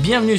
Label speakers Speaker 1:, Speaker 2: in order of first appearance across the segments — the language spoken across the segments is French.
Speaker 1: Bienvenue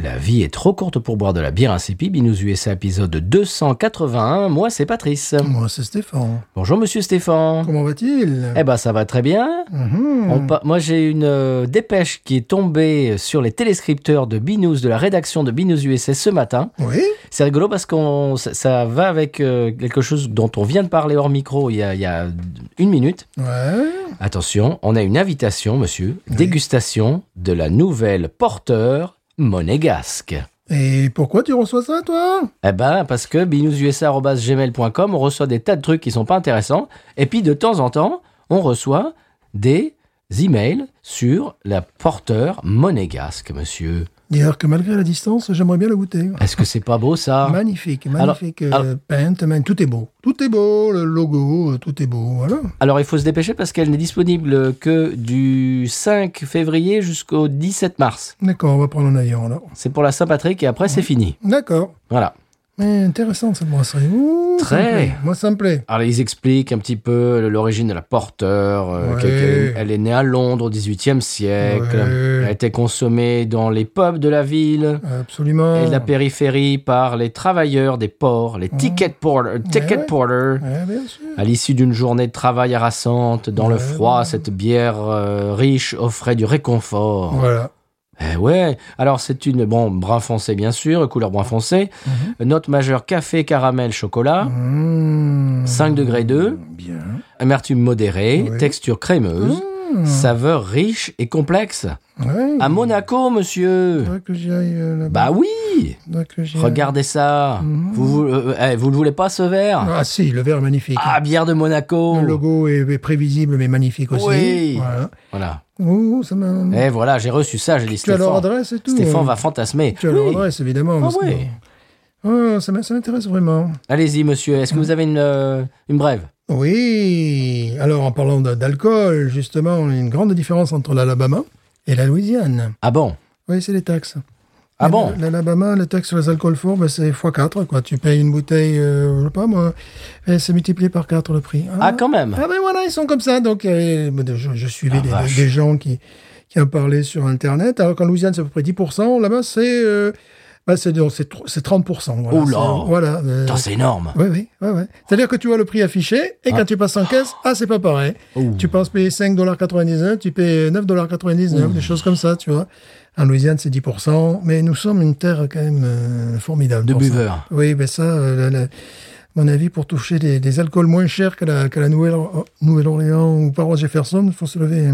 Speaker 1: La vie est trop courte pour boire de la bière insipide. Binous USA épisode 281. Moi, c'est Patrice.
Speaker 2: Moi, c'est Stéphane.
Speaker 1: Bonjour, monsieur Stéphane.
Speaker 2: Comment va-t-il
Speaker 1: Eh ben, ça va très bien.
Speaker 2: Mhm.
Speaker 1: On pa- Moi, j'ai une euh, dépêche qui est tombée sur les téléscripteurs de Binous, de la rédaction de Binous USA ce matin.
Speaker 2: Oui
Speaker 1: C'est rigolo parce que ça, ça va avec euh, quelque chose dont on vient de parler hors micro il y a, il y a une minute.
Speaker 2: Ouais.
Speaker 1: Attention, on a une invitation, monsieur. Dégustation de la nouvelle porteur monégasque.
Speaker 2: Et pourquoi tu reçois ça, toi
Speaker 1: Eh ben, parce que binoususa.gmail.com, on reçoit des tas de trucs qui sont pas intéressants. Et puis, de temps en temps, on reçoit des emails sur la porteur monégasque, monsieur.
Speaker 2: D'ailleurs que malgré la distance, j'aimerais bien le goûter.
Speaker 1: Est-ce que c'est pas beau, ça
Speaker 2: Magnifique, magnifique.
Speaker 1: Ah. Alors-
Speaker 2: euh, peinte, man- tout est beau. Tout est beau, le logo, euh, tout est beau, voilà.
Speaker 1: Alors, il faut se dépêcher parce qu'elle n'est disponible que du 5 février jusqu'au 17 mars.
Speaker 2: D'accord, on va prendre un avion, alors.
Speaker 1: C'est pour la Saint-Patrick et après, c'est fini.
Speaker 2: D'accord.
Speaker 1: Voilà.
Speaker 2: Mais intéressante, cette brasserie. Ouh, ça
Speaker 1: Très.
Speaker 2: me plaît. Moi, ça me plaît.
Speaker 1: Alors, ils expliquent un petit peu l'origine de la porteur. euh,
Speaker 2: Ouais.
Speaker 1: qu'elle- qu'elle- elle est née à Londres au XVIIIe siècle.
Speaker 2: Ouais.
Speaker 1: Elle a été consommée dans les pubs de la ville
Speaker 2: Absolument.
Speaker 1: et de la périphérie par les travailleurs des ports, les ticket porters. Ticket
Speaker 2: Ah. ouais.
Speaker 1: porters.
Speaker 2: Ouais, bien sûr.
Speaker 1: À l'issue d'une journée de travail harassante, dans le
Speaker 2: Ouais.
Speaker 1: froid, cette bière euh, riche offrait du réconfort.
Speaker 2: Voilà.
Speaker 1: Eh ouais, alors c'est une, bon, brun foncé bien sûr, couleur brun foncé.
Speaker 2: Mhm.
Speaker 1: Note majeure café, caramel, chocolat.
Speaker 2: Mmh.
Speaker 1: 5 degrés 2,
Speaker 2: Bien.
Speaker 1: amertume modérée,
Speaker 2: Oui. Mhm.
Speaker 1: texture crémeuse, saveur riche et complexe.
Speaker 2: Ouais.
Speaker 1: À Monaco, monsieur
Speaker 2: Faudrait que j'y aille euh, là-bas.
Speaker 1: Ah, Bah oui
Speaker 2: Faudrait que j'y aille.
Speaker 1: Regardez ça
Speaker 2: Mhm.
Speaker 1: vous, vous, euh, eh, vous ne voulez pas ce verre
Speaker 2: Ah si, le verre est magnifique.
Speaker 1: Ah, bière de Monaco
Speaker 2: Le logo est, est prévisible mais magnifique aussi.
Speaker 1: Oui.
Speaker 2: Voilà.
Speaker 1: Voilà.
Speaker 2: Ouh, ça m'a...
Speaker 1: Eh voilà, j'ai reçu ça, j'ai dit
Speaker 2: tu as leur
Speaker 1: Stéphane.
Speaker 2: adresse et tout.
Speaker 1: Stéphane
Speaker 2: hein.
Speaker 1: va fantasmer.
Speaker 2: Tu as leur
Speaker 1: Oui.
Speaker 2: adresse évidemment.
Speaker 1: Ah
Speaker 2: parce que-
Speaker 1: ouais.
Speaker 2: Oh, ça m'a- ça m'intéresse vraiment.
Speaker 1: Allez-y, monsieur, est-ce
Speaker 2: Mhm.
Speaker 1: que vous avez une, euh, une brève
Speaker 2: Oui. Alors en parlant de- d'alcool, justement, il y a une grande différence entre l'Alabama et la Louisiane.
Speaker 1: Ah bon
Speaker 2: Oui, c'est les taxes.
Speaker 1: Ah
Speaker 2: Et
Speaker 1: bon
Speaker 2: l- L'Alabama, les taxes sur les alcools forts, ben, c'est x4. Quoi. Tu payes une bouteille, euh, je sais pas moi, et c'est multiplié par 4 le prix.
Speaker 1: Ah, quand même
Speaker 2: Ah ben voilà, ils sont comme ça. Donc euh, je, je suivais
Speaker 1: Ah,
Speaker 2: des-
Speaker 1: vache.
Speaker 2: des, des gens qui, qui en parlaient sur Internet. Alors qu'en Louisiane, c'est à peu près 10%. Là-bas, c'est euh, bah, c'est donc, c'est tr- c'est 30%. Voilà,
Speaker 1: Oula.
Speaker 2: C'est- voilà, euh,
Speaker 1: Putain, c'est énorme
Speaker 2: oui, oui, oui, oui. C'est-à-dire que tu vois le prix affiché, et quand tu passes en caisse, ah, c'est pas pareil. Tu penses payer 5,99$, tu payes 9,99$, des choses comme ça, tu vois. En Louisiane, c'est 10%, mais nous sommes une terre quand même euh, formidable.
Speaker 1: De
Speaker 2: pour ça.
Speaker 1: buveurs.
Speaker 2: Oui, mais ça, euh, la- la- à mon avis, pour toucher des, des alcools moins chers qu'à la, qu'à la Nouvelle- oh, Nouvelle-Orléans ou paroisse Jefferson, il faut se lever...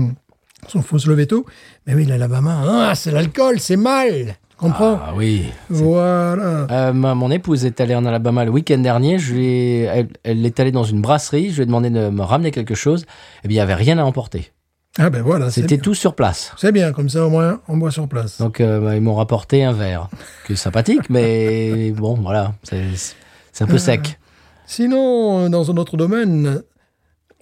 Speaker 2: Il faut se lever tôt. Mais oui, l'Alabama, ah, c'est l'alcool, c'est mal. Tu comprends
Speaker 1: Ah oui
Speaker 2: Voilà.
Speaker 1: Euh, ma- mon épouse est allée en Alabama le week-end dernier. Je lui ai- elle, elle est allée dans une brasserie. Je lui ai demandé de me ramener quelque chose. Eh bien, il n'y avait rien à emporter.
Speaker 2: Ah ben voilà, c'est
Speaker 1: C'était tout sur place.
Speaker 2: C'est bien, comme ça au moins on boit sur place.
Speaker 1: Donc, euh, bah, ils m'ont rapporté un verre. Que sympathique, mais bon, voilà. C'est c'est un peu sec.
Speaker 2: Sinon, euh, dans un autre domaine,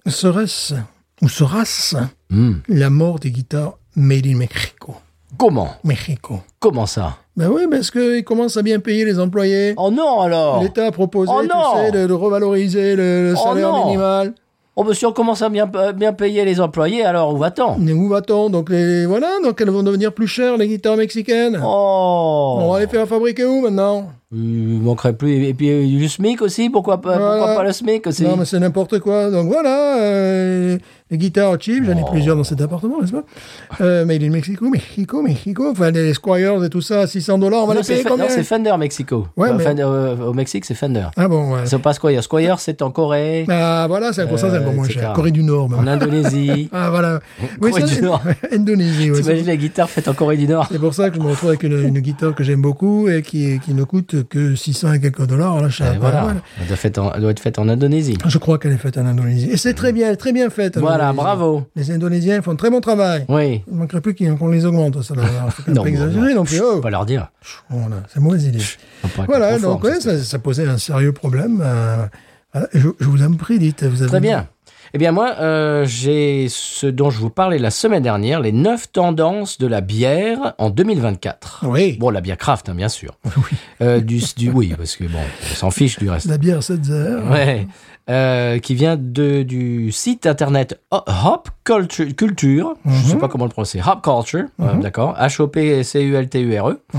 Speaker 2: serait-ce ou sera-ce
Speaker 1: Hmm.
Speaker 2: la mort des guitares made in Mexico
Speaker 1: Comment
Speaker 2: Mexico.
Speaker 1: Comment ça
Speaker 2: Ben oui, parce qu'ils commencent à bien payer les employés.
Speaker 1: Oh non, alors
Speaker 2: L'État a proposé,
Speaker 1: Oh
Speaker 2: tu
Speaker 1: non
Speaker 2: sais, de, de revaloriser le, le
Speaker 1: Oh
Speaker 2: salaire
Speaker 1: non
Speaker 2: minimal.
Speaker 1: Oh, monsieur, on commence à bien, euh, bien payer les employés, alors où va-t-on
Speaker 2: Mais où va-t-on Donc les- voilà, donc elles vont devenir plus chères les guitares mexicaines. On
Speaker 1: Oh
Speaker 2: va les faire fabriquer où maintenant
Speaker 1: Il manquerait plus. Et puis, euh, du SMIC aussi Pourquoi pas, pourquoi
Speaker 2: Voilà.
Speaker 1: pas le SMIC aussi
Speaker 2: Non, mais c'est n'importe quoi. Donc voilà, euh, les guitares cheap,
Speaker 1: Oh.
Speaker 2: j'en ai plusieurs dans cet appartement, n'est-ce pas euh, Made in Mexico, Mexico, Mexico. Enfin, les Squires et tout ça, 600 dollars, on va
Speaker 1: Non,
Speaker 2: les payer
Speaker 1: c'est Fe- non,
Speaker 2: combien
Speaker 1: c'est Fender Mexico.
Speaker 2: Ouais,
Speaker 1: Euh,
Speaker 2: mais-
Speaker 1: Fender, euh, au Mexique, c'est Fender.
Speaker 2: Ah bon, ouais.
Speaker 1: C'est pas Squire. Squire, c'est en Corée,
Speaker 2: Ah voilà, c'est pour ça, c'est un peu
Speaker 1: Euh,
Speaker 2: moins
Speaker 1: etc.
Speaker 2: cher. Corée du Nord,
Speaker 1: en
Speaker 2: même.
Speaker 1: Indonésie.
Speaker 2: Ah voilà. Oui,
Speaker 1: Corée
Speaker 2: ça,
Speaker 1: du Nord.
Speaker 2: Indonésie, oui.
Speaker 1: T'imagines la guitare faite en Corée du Nord
Speaker 2: C'est pour ça que je me retrouve avec une, une guitare que j'aime beaucoup et qui, qui ne coûte que 600 et quelques dollars. Là, je savais
Speaker 1: Et
Speaker 2: pas.
Speaker 1: voilà.
Speaker 2: Voilà. Ah,
Speaker 1: Elle doit, faite en- elle doit être faite en Indonésie.
Speaker 2: Je crois qu'elle est faite en Indonésie. Et c'est très bien, elle est très bien faite. en
Speaker 1: Voilà,
Speaker 2: Indonésie.
Speaker 1: bravo.
Speaker 2: Les Indonésiens font très bon travail.
Speaker 1: Oui.
Speaker 2: Il ne manquerait plus qu'ils- qu'on les augmente, ça. là. Alors, faut quand même
Speaker 1: Non,
Speaker 2: pas
Speaker 1: bon,
Speaker 2: exagérer
Speaker 1: non.
Speaker 2: non plus. Oh.
Speaker 1: Faut pas leur dire.
Speaker 2: Voilà, c'est mauvaise idée.
Speaker 1: On pourrait
Speaker 2: Voilà,
Speaker 1: être trop
Speaker 2: donc
Speaker 1: fort,
Speaker 2: ouais,
Speaker 1: ça.
Speaker 2: ça, ça posait un sérieux problème. euh, voilà. je, je vous en prie, dites. Vous avez
Speaker 1: Très bien. Eh bien, moi, euh, j'ai ce dont je vous parlais la semaine dernière, les neuf tendances de la bière en 2024.
Speaker 2: Oui.
Speaker 1: Bon, la bière craft, hein, bien sûr. Euh, du, du, oui, parce que bon, on s'en fiche du reste.
Speaker 2: La bière 7 heures.
Speaker 1: Ouais. Euh, qui vient de, du site internet Ho- Hop Culture, Culture. je sais pas comment le prononcer, Hop Culture, Ouais, d'accord, H-O-P-C-U-L-T-U-R-E. E.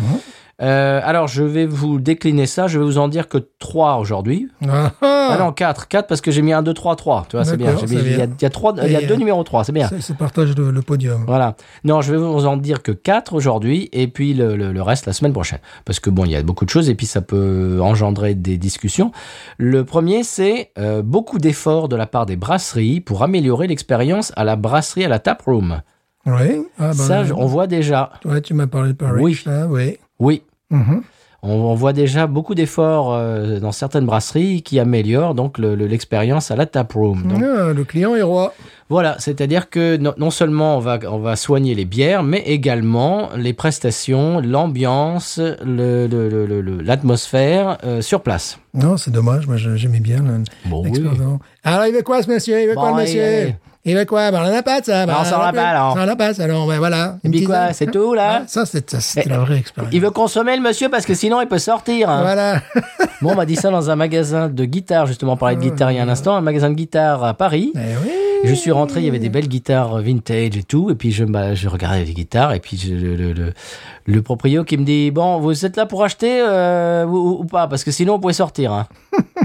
Speaker 1: Euh, alors, je vais vous décliner ça, je vais vous en dire que trois aujourd'hui.
Speaker 2: Ah,
Speaker 1: Ah
Speaker 2: ah.
Speaker 1: non, 4, 4 parce que j'ai mis un 2, 3, 3. Tu vois, c'est bien.
Speaker 2: D'accord,
Speaker 1: J'ai mis-
Speaker 2: c'est
Speaker 1: Il y a,
Speaker 2: bien.
Speaker 1: il y a trois- il y a
Speaker 2: Et,
Speaker 1: deux
Speaker 2: euh,
Speaker 1: numéros 3, c'est bien.
Speaker 2: C'est- C'est partage le, le podium.
Speaker 1: Voilà. Non, je vais vous en dire que 4 aujourd'hui et puis le, le- le reste la semaine prochaine. Parce que bon, il y a beaucoup de choses et puis ça peut engendrer des discussions. Le premier, c'est euh, beaucoup d'efforts de la part des brasseries pour améliorer l'expérience à la brasserie, à la tap room.
Speaker 2: Oui. Ah, bah,
Speaker 1: Ça, je- on voit déjà.
Speaker 2: Toi, tu m'as parlé de Paris.
Speaker 1: Oui.
Speaker 2: hein, oui.
Speaker 1: Oui.
Speaker 2: Mhm.
Speaker 1: On, on voit déjà beaucoup d'efforts euh, dans certaines brasseries qui améliorent donc le- le- l'expérience à la tap room. Donc,
Speaker 2: Ah, le client est roi.
Speaker 1: Voilà, c'est-à-dire que non, non seulement on va, on va soigner les bières, mais également les prestations, l'ambiance, le- le- le- le- le- l'atmosphère euh, sur place.
Speaker 2: Non, c'est dommage. Moi, je- j'aimais bien le-
Speaker 1: Bon, oui.
Speaker 2: l'expérience. Alors, il veut quoi, ce monsieur Il veut
Speaker 1: Bon,
Speaker 2: quoi, le
Speaker 1: allez,
Speaker 2: monsieur
Speaker 1: allez.
Speaker 2: Il veut quoi Ben, on en a pas de ça. Ben,
Speaker 1: Ben, on s'en
Speaker 2: en a
Speaker 1: va
Speaker 2: plus.
Speaker 1: pas, alors.
Speaker 2: On en a pas, alors. Ben, voilà.
Speaker 1: Et
Speaker 2: Une
Speaker 1: puis
Speaker 2: petite-
Speaker 1: quoi, c'est tout, là
Speaker 2: Ah, Ça, c'est- ça, c'était
Speaker 1: Eh,
Speaker 2: la vraie expérience.
Speaker 1: Il veut consommer le monsieur parce que sinon il peut sortir. hein.
Speaker 2: Voilà.
Speaker 1: Bon, on m'a dit ça dans un magasin de guitare, justement, on
Speaker 2: Ah,
Speaker 1: parlait de guitare il y a un instant, un magasin de guitare à Paris.
Speaker 2: Eh oui.
Speaker 1: Je suis rentré, il y avait des belles guitares vintage et tout, et puis je, bah, je regardais les guitares, et puis je- le, le, le, le proprio qui me dit Bon, vous êtes là pour acheter euh, ou, ou pas Parce que sinon on pouvait sortir. hein.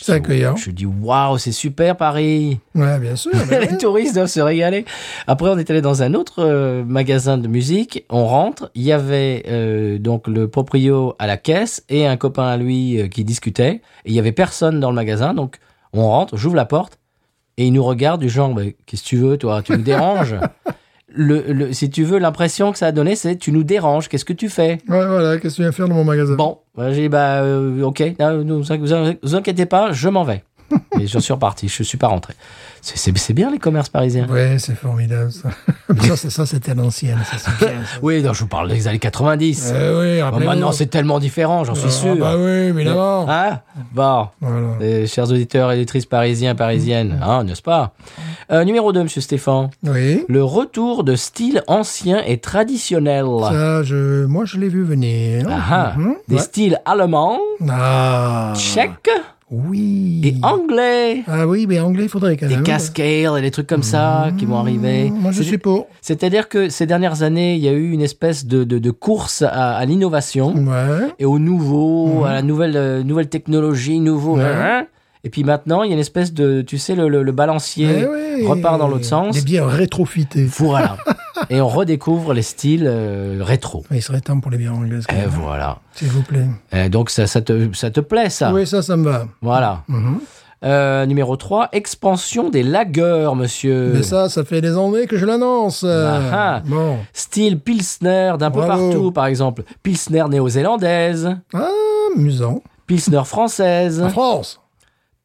Speaker 2: C'est accueillant.
Speaker 1: Je dis waouh, c'est super Paris.
Speaker 2: Ouais, bien sûr. ben
Speaker 1: Les
Speaker 2: ouais.
Speaker 1: touristes doivent se régaler. Après, on est allé dans un autre euh, magasin de musique. On rentre. Il y avait euh, donc le proprio à la caisse et un copain à lui euh, qui discutait. Et il y avait personne dans le magasin. Donc, on rentre. J'ouvre la porte et il nous regarde du genre, Bah, qu'est-ce que tu veux, toi Tu nous déranges. Le, le- si tu veux, l'impression que ça a donné, c'est tu nous déranges. Qu'est-ce que tu fais
Speaker 2: Ouais, voilà, qu'est-ce que tu viens faire dans mon magasin
Speaker 1: Bon, bah, j'ai dit, bah, euh, ok, ne vous, vous- vous inquiétez pas, je m'en vais. Et je suis reparti, je ne suis pas rentré. C'est- C'est c'est bien les commerces parisiens.
Speaker 2: Ouais, c'est formidable ça. Mais ça, c'est- ça, c'était à l'ancienne. ça, c'est bien, ça.
Speaker 1: Oui, non, je vous parle des années 90.
Speaker 2: Eh oui,
Speaker 1: Bah,
Speaker 2: rappelez-vous.
Speaker 1: maintenant, c'est tellement différent, j'en suis
Speaker 2: Ah,
Speaker 1: sûr.
Speaker 2: bah oui, évidemment.
Speaker 1: Hein bon,
Speaker 2: Voilà.
Speaker 1: euh, chers auditeurs et auditrices parisiens, parisiennes, hein, n'est-ce pas Euh, Numéro 2, monsieur Stéphane.
Speaker 2: Oui.
Speaker 1: Le retour de style ancien et traditionnel.
Speaker 2: Ça, je, moi, je l'ai vu venir.
Speaker 1: Ah, ah.
Speaker 2: Mhm,
Speaker 1: Des
Speaker 2: ouais.
Speaker 1: styles allemands,
Speaker 2: Ah.
Speaker 1: tchèques
Speaker 2: Oui.
Speaker 1: et anglais.
Speaker 2: Ah bah oui, mais anglais, il faudrait quand
Speaker 1: des
Speaker 2: même. hein. Mmh,
Speaker 1: cascades et des trucs comme ça qui vont arriver.
Speaker 2: Moi, je
Speaker 1: C'est-
Speaker 2: suis pour.
Speaker 1: C'est-à-dire que ces dernières années, il y a eu une espèce de, de, de course à, à l'innovation
Speaker 2: Ouais.
Speaker 1: et au nouveau,
Speaker 2: Mhm.
Speaker 1: à la nouvelle, euh, nouvelle technologie, nouveau. hein. Et puis maintenant, il y a une espèce de, tu sais, le, le- le balancier
Speaker 2: Eh oui.
Speaker 1: repart dans l'autre sens.
Speaker 2: Des bières rétrofitées.
Speaker 1: Voilà. et on redécouvre les styles euh, rétro.
Speaker 2: Ah, Il serait temps pour les bières anglaises. quand
Speaker 1: Et
Speaker 2: même,
Speaker 1: voilà.
Speaker 2: S'il vous plaît.
Speaker 1: Et donc ça, ça, te, ça te plaît, ça
Speaker 2: Oui, ça, ça me va.
Speaker 1: Voilà.
Speaker 2: Mhm.
Speaker 1: Euh, numéro 3, expansion des lagueurs, monsieur.
Speaker 2: Mais ça, ça fait des années que je l'annonce. euh.
Speaker 1: Euh. Ah, ah.
Speaker 2: Bon.
Speaker 1: Style Pilsner d'un peu
Speaker 2: Bravo.
Speaker 1: partout, par exemple. Pilsner néo-zélandaise,
Speaker 2: Ah, amusant.
Speaker 1: Pilsner française,
Speaker 2: En France.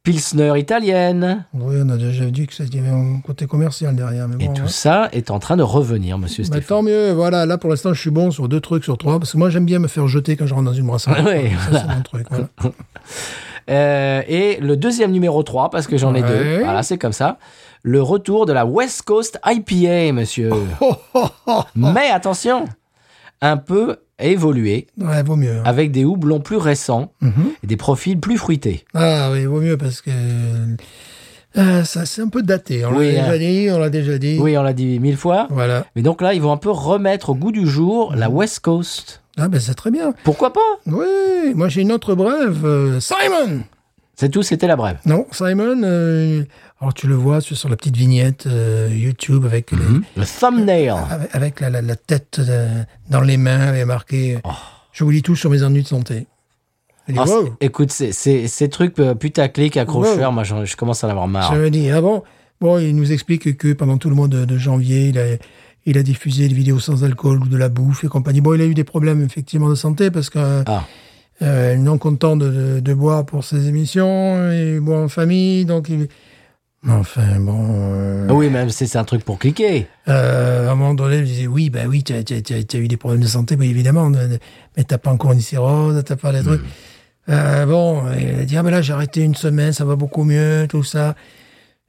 Speaker 1: Pilsner italienne.
Speaker 2: Oui, on a déjà dit que c'était un côté commercial derrière. Mais
Speaker 1: Et
Speaker 2: bon,
Speaker 1: tout
Speaker 2: ouais.
Speaker 1: ça est en train de revenir, monsieur
Speaker 2: Bah,
Speaker 1: Stéphane.
Speaker 2: tant mieux, voilà. Là, pour l'instant, je suis bon sur deux trucs sur trois. Parce que moi, j'aime bien me faire jeter quand je rentre dans une brasserie.
Speaker 1: Ouais,
Speaker 2: Ça,
Speaker 1: voilà.
Speaker 2: c'est mon truc. voilà.
Speaker 1: Euh, et le deuxième numéro 3, parce que j'en ai
Speaker 2: Ouais.
Speaker 1: deux. Voilà, c'est comme ça. Le retour de la West Coast IPA, monsieur. Mais attention, un peu évolué,
Speaker 2: Ouais, vaut mieux. hein.
Speaker 1: avec des houblons plus récents
Speaker 2: Mhm.
Speaker 1: et des profils plus fruités.
Speaker 2: Ah oui, vaut mieux parce que. euh, ça, c'est un peu daté. On
Speaker 1: Oui,
Speaker 2: l'a déjà
Speaker 1: hein.
Speaker 2: dit, on l'a déjà dit.
Speaker 1: Oui, on l'a dit mille fois.
Speaker 2: Voilà.
Speaker 1: Mais donc là, ils vont un peu remettre au goût du jour la West Coast.
Speaker 2: Ah ben, c'est très bien.
Speaker 1: Pourquoi pas
Speaker 2: Oui, moi, j'ai une autre brève. euh, Simon
Speaker 1: C'est tout, c'était la brève.
Speaker 2: Non, Simon, euh, alors tu le vois sur, sur la petite vignette euh, YouTube avec, les-
Speaker 1: Le thumbnail.
Speaker 2: avec, avec la, la- la tête euh, dans les mains, il y a marqué Je vous lis tout sur mes ennuis de santé. Je dis,
Speaker 1: Oh. Ah,
Speaker 2: wow.
Speaker 1: c'est- écoute, c'est- c'est- ces trucs euh, putaclic, accrocheurs,
Speaker 2: Wow.
Speaker 1: moi j'en- je commence à en avoir marre.
Speaker 2: Je me dis, ah bon Bon, il nous explique que pendant tout le mois de, de janvier, il a, il a diffusé des vidéos sans alcool ou de la bouffe et compagnie. Bon, il a eu des problèmes effectivement de santé parce que
Speaker 1: Ah.
Speaker 2: Euh, non content de, de- de boire pour ses émissions, il boit en famille, donc il... Enfin, bon... euh,
Speaker 1: Ah Oui, même c'est c'est un truc pour cliquer.
Speaker 2: euh, à un moment donné, je disais, oui, bah oui, tu as, eu des problèmes de santé, oui, évidemment, de- de- mais t'as pas encore une cirrhose, t'as pas les trucs. Euh, bon, elle a dit, ah ben là, j'ai arrêté une semaine, ça va beaucoup mieux, tout ça.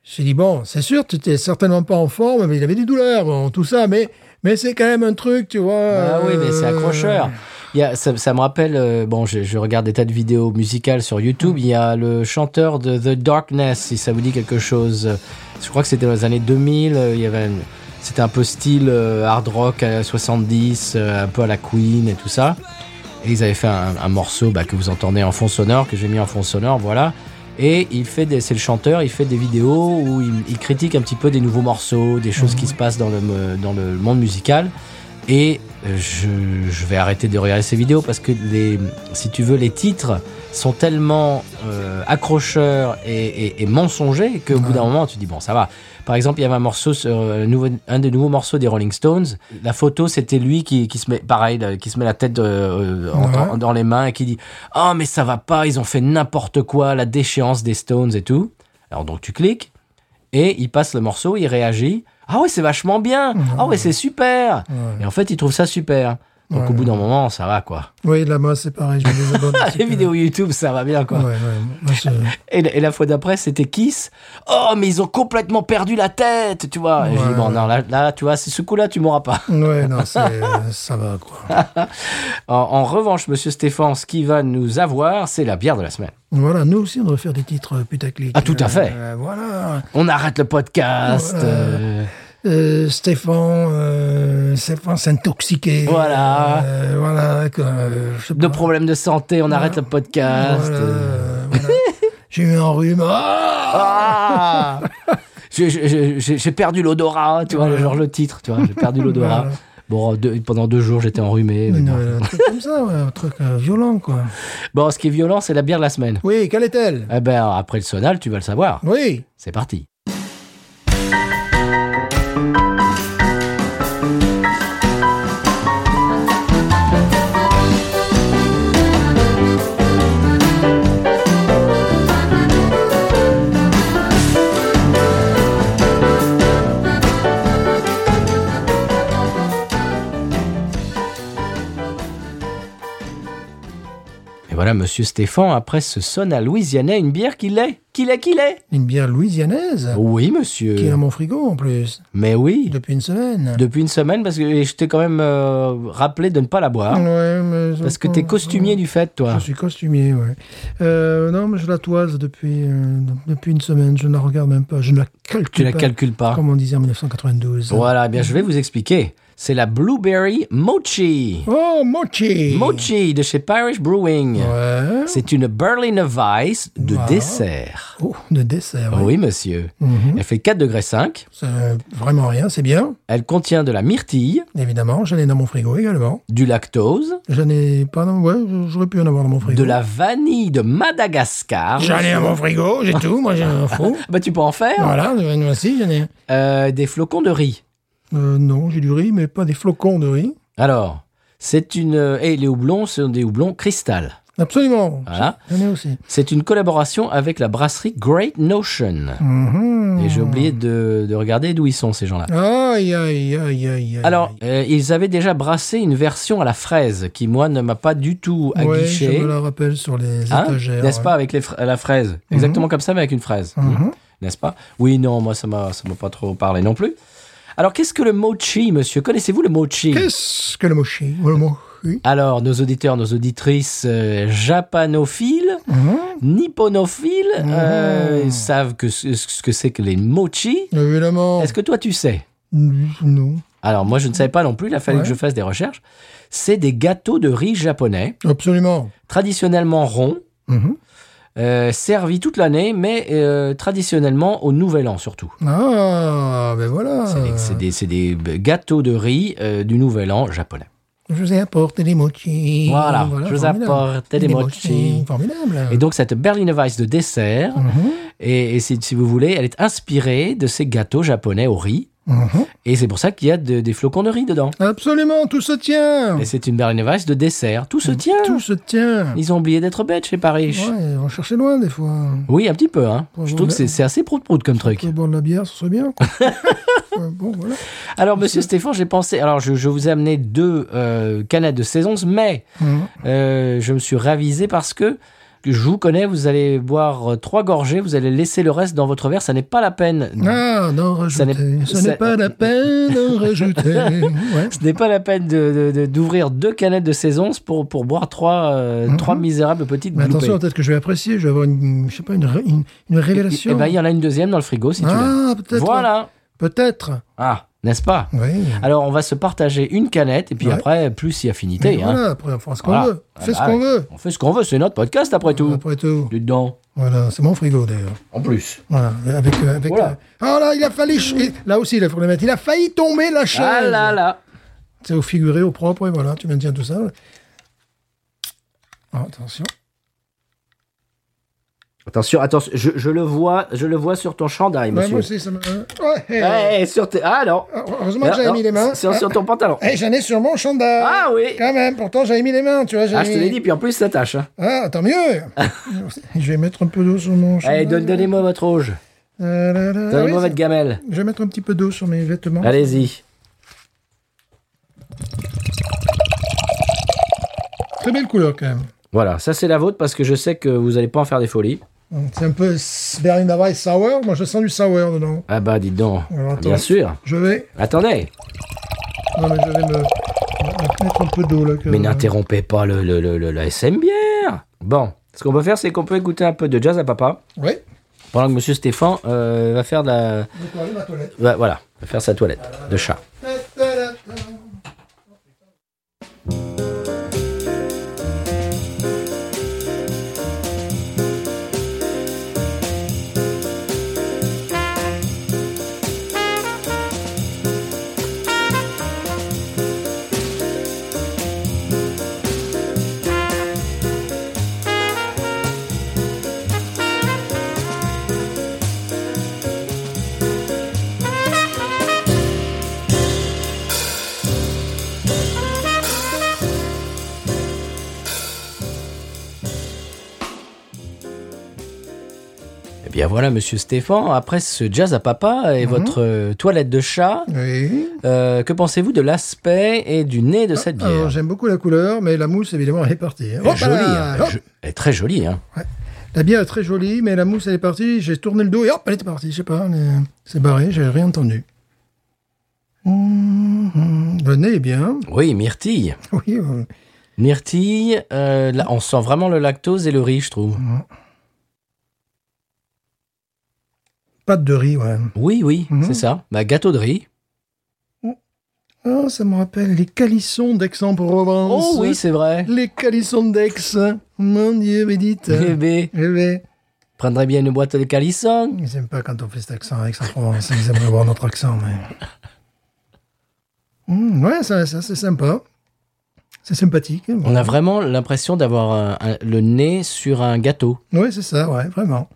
Speaker 2: J'ai dit, bon, c'est sûr, tu t'es certainement pas en forme, mais il avait des douleurs, bon, tout ça, mais, mais c'est quand même un truc, tu vois.
Speaker 1: Ah oui, mais c'est
Speaker 2: euh,
Speaker 1: accrocheur. Il y a, ça, ça me rappelle, euh, bon, je, je regarde des tas de vidéos musicales sur YouTube. Il y a le chanteur de The Darkness, si ça vous dit quelque chose. Euh, Je crois que c'était dans les années 2000. euh, Il y avait, une- c'était un peu style euh, hard rock à 70, euh, un peu à la Queen et tout ça. Et ils avaient fait un, un morceau bah, que vous entendez en fond sonore, que j'ai mis en fond sonore, voilà. Et il fait des, c'est le chanteur, il fait des vidéos où il, il critique un petit peu des nouveaux morceaux, des choses qui se passent dans le, me- dans le monde musical. Et euh, je, je vais arrêter de regarder ces vidéos parce que les, si tu veux, les titres sont tellement euh, accrocheurs et, et- et mensongers qu'au bout d'un moment, tu dis bon, ça va. Par exemple, il y avait un morceau sur euh, un nouveau- un des nouveaux morceaux des Rolling Stones. La photo, c'était lui qui, qui se met, pareil, là, qui se met la tête euh, en-
Speaker 2: Ouais.
Speaker 1: en- dans les mains et qui dit ah mais ça va pas, ils ont fait n'importe quoi, la déchéance des Stones et tout. Alors donc tu cliques et il passe le morceau, il réagit. Ah ouais, c'est vachement bien. Ah ouais, c'est super. Et en fait, il trouve ça super. Donc au bout d'un moment, ça va quoi.
Speaker 2: Oui, là, moi, c'est pareil, je me désabonne.
Speaker 1: Ah, les vidéos YouTube, ça va bien
Speaker 2: Ouais,
Speaker 1: quoi.
Speaker 2: ouais, moi, je-
Speaker 1: Et, la- et la fois d'après, c'était Kiss. Oh, mais ils ont complètement perdu la tête, tu vois. Et je dis,
Speaker 2: Ouais.
Speaker 1: bon, non, là, là, tu vois, c'est ce coup-là, tu m'auras pas.
Speaker 2: ouais, non, c'est- euh, ça va, quoi.
Speaker 1: En, en revanche, monsieur Stéphane, ce qui va nous avoir, c'est la bière de la semaine.
Speaker 2: Voilà, nous aussi, on devrait faire des titres putaclic.
Speaker 1: Ah, tout à fait.
Speaker 2: Euh, voilà.
Speaker 1: On arrête le podcast.
Speaker 2: Voilà.
Speaker 1: euh,
Speaker 2: Euh, Stéphane, euh, Stéphane s'intoxiquer.
Speaker 1: Voilà.
Speaker 2: Euh, voilà. que, euh, je sais
Speaker 1: de
Speaker 2: pas.
Speaker 1: problèmes de santé, on arrête le podcast.
Speaker 2: Voilà, euh, voilà. J'ai eu un rhume. Ah
Speaker 1: Ah J'ai- j'ai- J'ai j'ai perdu l'odorat, tu vois, le genre le titre, tu vois, j'ai perdu l'odorat.
Speaker 2: Voilà.
Speaker 1: Bon, deux- pendant deux jours, j'étais enrhumé. mais
Speaker 2: Une-
Speaker 1: bon.
Speaker 2: euh, un truc comme ça, ouais, un truc euh, violent, quoi.
Speaker 1: Bon, ce qui est violent, c'est la bière de la semaine.
Speaker 2: Oui, quelle est-elle
Speaker 1: Eh ben, après le sonal, tu vas le savoir.
Speaker 2: Oui.
Speaker 1: C'est parti. Et voilà, monsieur Stéphane, après ce sonal louisianais, une bière qu'il est, qu'il est, qu'il est.
Speaker 2: Une bière louisianaise.
Speaker 1: Oui,
Speaker 2: Qui est
Speaker 1: monsieur.
Speaker 2: dans mon frigo, en plus.
Speaker 1: Mais oui.
Speaker 2: Depuis une semaine.
Speaker 1: Depuis une semaine, parce que et je t'ai quand même euh, rappelé de ne pas la boire.
Speaker 2: Ouais, mais je-
Speaker 1: Parce que t'es costumier du fait, toi.
Speaker 2: Je suis costumier, ouais. Euh, non, mais je la toise depuis, euh, depuis une semaine. Je ne la regarde même pas. Je ne la calcule
Speaker 1: Tu la
Speaker 2: pas.
Speaker 1: calcules pas.
Speaker 2: Comme on disait en 1992.
Speaker 1: Voilà, eh bien je vais vous expliquer. C'est la Blueberry Mochi.
Speaker 2: Oh, mochi
Speaker 1: Mochi de chez Parish Brewing.
Speaker 2: Ouais.
Speaker 1: C'est une Berliner Weiss de
Speaker 2: Wow.
Speaker 1: dessert.
Speaker 2: Oh, de dessert. ouais.
Speaker 1: Ah Oui, monsieur.
Speaker 2: Mhm.
Speaker 1: Elle fait 4 degrés 5.
Speaker 2: C'est euh, vraiment rien, c'est bien.
Speaker 1: Elle contient de la myrtille,
Speaker 2: Évidemment, j'en ai dans mon frigo également.
Speaker 1: du lactose,
Speaker 2: J'en ai pas dans... Ouais, j'aurais pu en avoir dans mon frigo.
Speaker 1: de la vanille de Madagascar.
Speaker 2: J'en ai dans mon frigo, j'ai tout, moi j'ai un fou.
Speaker 1: Bah tu peux en faire.
Speaker 2: Voilà, moi aussi j'en ai...
Speaker 1: Euh, des flocons de riz.
Speaker 2: Euh, non, j'ai du riz, mais pas des flocons de riz.
Speaker 1: Alors, c'est une... euh, Et les houblons sont des houblons cristal.
Speaker 2: Absolument.
Speaker 1: Voilà.
Speaker 2: J'en ai aussi.
Speaker 1: C'est une collaboration avec la brasserie Great Notion.
Speaker 2: Mhm.
Speaker 1: Et j'ai oublié de, de regarder d'où ils sont ces gens-là.
Speaker 2: Aïe, aïe, aïe, aïe, aïe.
Speaker 1: Alors, euh, ils avaient déjà brassé une version à la fraise qui, moi, ne m'a pas du tout
Speaker 2: ouais,
Speaker 1: aguiché.
Speaker 2: je me la rappelle sur les
Speaker 1: Hein,
Speaker 2: étagères.
Speaker 1: N'est-ce
Speaker 2: ouais. Hmm.
Speaker 1: pas, avec les fra- la fraise Exactement comme ça, mais avec une fraise. Hmm.
Speaker 2: Mhm.
Speaker 1: N'est-ce pas Oui, non, moi, ça m'a ça m'a pas trop parlé non plus. Alors, qu'est-ce que le mochi, monsieur Connaissez-vous le mochi
Speaker 2: Qu'est-ce que le mochi Ou Le mochi
Speaker 1: Alors, nos auditeurs, nos auditrices euh, japanophiles,
Speaker 2: Mhm.
Speaker 1: nipponophiles, euh, savent que ce, ce que c'est que les mochi.
Speaker 2: Évidemment.
Speaker 1: Est-ce que toi, tu sais
Speaker 2: Non.
Speaker 1: Alors moi je ne savais pas non plus, il a fallu
Speaker 2: Ouais.
Speaker 1: que je fasse des recherches. C'est des gâteaux de riz japonais,
Speaker 2: Absolument.
Speaker 1: traditionnellement ronds,
Speaker 2: Mhm.
Speaker 1: euh, servis toute l'année, mais euh, traditionnellement au Nouvel An surtout.
Speaker 2: Ah, ben voilà.
Speaker 1: C'est des- C'est des, c'est des gâteaux de riz euh, du Nouvel An japonais.
Speaker 2: Je vous ai apporté des mochis.
Speaker 1: Voilà, je vous
Speaker 2: formidable.
Speaker 1: apporte des mochis.
Speaker 2: Formidable.
Speaker 1: Et donc cette Berliner Weiss de dessert,
Speaker 2: Mhm.
Speaker 1: et, et si, si vous voulez, elle est inspirée de ces gâteaux japonais au riz.
Speaker 2: Mhm.
Speaker 1: Et c'est pour ça qu'il y a de- des flocons de riz dedans.
Speaker 2: Absolument, tout se tient.
Speaker 1: Et c'est une Berliner de dessert. Tout se tient.
Speaker 2: Mmh, Tout se tient.
Speaker 1: Ils ont oublié d'être bêtes chez Paris.
Speaker 2: Ouais, on cherchait loin des fois.
Speaker 1: Oui, un petit peu. Hein.
Speaker 2: Ouais,
Speaker 1: Je trouve que
Speaker 2: ouais.
Speaker 1: c'est c'est assez prout-prout comme truc.
Speaker 2: Pour boire de la bière, ce serait bien. quoi. Ouais, bon, voilà.
Speaker 1: Alors, monsieur Stéphane, j'ai pensé. Alors, je, je vous ai amené deux euh, canettes de saison, mais
Speaker 2: Mhm.
Speaker 1: euh, je me suis ravisé parce que je vous connais, vous allez boire euh, trois gorgées, vous allez laisser le reste dans votre verre, ça n'est pas la peine.
Speaker 2: Ah, d'en rajouter.
Speaker 1: n'est-
Speaker 2: Ce
Speaker 1: ça-
Speaker 2: n'est pas la peine d'en rajouter. Ouais.
Speaker 1: Ce n'est pas la peine de- de- de- d'ouvrir deux canettes de saison pour, pour boire trois, euh,
Speaker 2: Mhm.
Speaker 1: trois misérables petites
Speaker 2: Mais attention,
Speaker 1: gloupées.
Speaker 2: peut-être que je vais apprécier, je vais avoir une, je sais pas, une, ré- une, une révélation.
Speaker 1: Eh ben, il y en a une deuxième dans le frigo si tu veux.
Speaker 2: ah, peut-être.
Speaker 1: Voilà.
Speaker 2: Peut-être.
Speaker 1: Ah, n'est-ce pas
Speaker 2: Oui.
Speaker 1: Alors, on va se partager une canette et puis
Speaker 2: Ouais.
Speaker 1: après, plus si affinité. hein.
Speaker 2: Voilà, après, on fera ce qu'on
Speaker 1: Voilà.
Speaker 2: veut.
Speaker 1: Ah
Speaker 2: Fais
Speaker 1: bah
Speaker 2: ce qu'on
Speaker 1: ouais.
Speaker 2: veut.
Speaker 1: On fait ce qu'on veut, c'est notre podcast après tout.
Speaker 2: Après tout.
Speaker 1: Dedans.
Speaker 2: Voilà, c'est mon frigo d'ailleurs.
Speaker 1: En plus.
Speaker 2: Voilà, avec. euh, avec
Speaker 1: Voilà.
Speaker 2: euh, oh là, il a fallu. ch- il- Là aussi, il a fallu mettre. Il a failli tomber la chaise.
Speaker 1: Ah là là
Speaker 2: C'est au figuré, au propre, et voilà, tu maintiens tout ça. Ah, attention.
Speaker 1: Attention, attention, je, je le vois, je le vois sur ton chandail,
Speaker 2: Ouais,
Speaker 1: monsieur.
Speaker 2: Bah, moi aussi, ça m'a. Ouais, hey.
Speaker 1: Ouais, sur tes- Ah non
Speaker 2: Ah, Heureusement que
Speaker 1: Ah,
Speaker 2: j'avais
Speaker 1: non,
Speaker 2: mis les mains.
Speaker 1: Sur,
Speaker 2: Ah,
Speaker 1: sur ton pantalon.
Speaker 2: eh, j'en ai sur mon chandail.
Speaker 1: Ah oui
Speaker 2: Quand même, pourtant j'avais mis les mains, tu vois.
Speaker 1: Ah,
Speaker 2: j'avais
Speaker 1: je te l'ai dit, puis en plus, ça tâche. hein.
Speaker 2: Ah, tant mieux. je vais mettre un peu d'eau sur mon
Speaker 1: Allez,
Speaker 2: chandail.
Speaker 1: donne- donnez-moi Eh, votre rouge.
Speaker 2: Euh, là, là,
Speaker 1: Donnez-moi
Speaker 2: oui,
Speaker 1: votre gamelle.
Speaker 2: Je vais mettre un petit peu d'eau sur mes vêtements.
Speaker 1: Allez-y.
Speaker 2: Très belle couleur quand même.
Speaker 1: Voilà, ça c'est la vôtre parce que je sais que vous allez pas en faire des folies.
Speaker 2: Donc, C'est un peu s- Berliner Weiss sour. Moi, je sens du sour dedans.
Speaker 1: Ah bah, dites donc.
Speaker 2: Alors, attends.
Speaker 1: Bien sûr.
Speaker 2: Je vais,
Speaker 1: Attendez.
Speaker 2: non mais je vais me, me mettre un peu d'eau là. que-
Speaker 1: Mais n'interrompez pas le, le, le, le- la SMBR. Bon, ce qu'on peut faire, c'est qu'on peut écouter un peu de jazz à papa
Speaker 2: Ouais.
Speaker 1: pendant que monsieur Stéphane euh, va faire de la.
Speaker 2: Je vais aller à la toilette.
Speaker 1: va- voilà, va faire sa toilette de chat. Eh bien voilà, monsieur Stéphane, après ce jazz à papa et votre euh, toilette de chat,
Speaker 2: Oui.
Speaker 1: euh, que pensez-vous de l'aspect et du nez de cette
Speaker 2: Alors,
Speaker 1: bière
Speaker 2: j'aime beaucoup la couleur, mais la mousse, évidemment, elle est partie.
Speaker 1: Elle est
Speaker 2: Hop
Speaker 1: jolie,
Speaker 2: là,
Speaker 1: hein, elle
Speaker 2: hop.
Speaker 1: est jo- elle est très jolie. Hein.
Speaker 2: La bière est très jolie, mais la mousse, elle est partie. J'ai tourné le dos et hop, elle était partie. Je sais pas, elle est- c'est barré, j'ai rien entendu. Mhm. Le nez est bien.
Speaker 1: Oui, myrtille.
Speaker 2: Oui, euh,
Speaker 1: Myrtille, euh, là, on sent vraiment le lactose et le riz, je trouve.
Speaker 2: pâte de riz, ouais.
Speaker 1: Oui, oui,
Speaker 2: Mhm.
Speaker 1: c'est ça. Bah, gâteau de riz.
Speaker 2: Ah, ça me rappelle les calissons d'Aix-en-Provence.
Speaker 1: Oh oui, c'est vrai.
Speaker 2: Les calissons d'Aix. Mon Dieu, Bédite.
Speaker 1: Bébé,
Speaker 2: Eh ben,
Speaker 1: prendrais bien une boîte de calissons.
Speaker 2: Ils aiment pas quand on fait cet accent à Aix-en-Provence. Ils aiment avoir notre accent, mais. Hmm, ouais, ça, ça, c'est sympa. C'est sympathique.
Speaker 1: On a vraiment l'impression d'avoir un- un- le nez sur un gâteau.
Speaker 2: Oui, c'est ça, ouais, vraiment.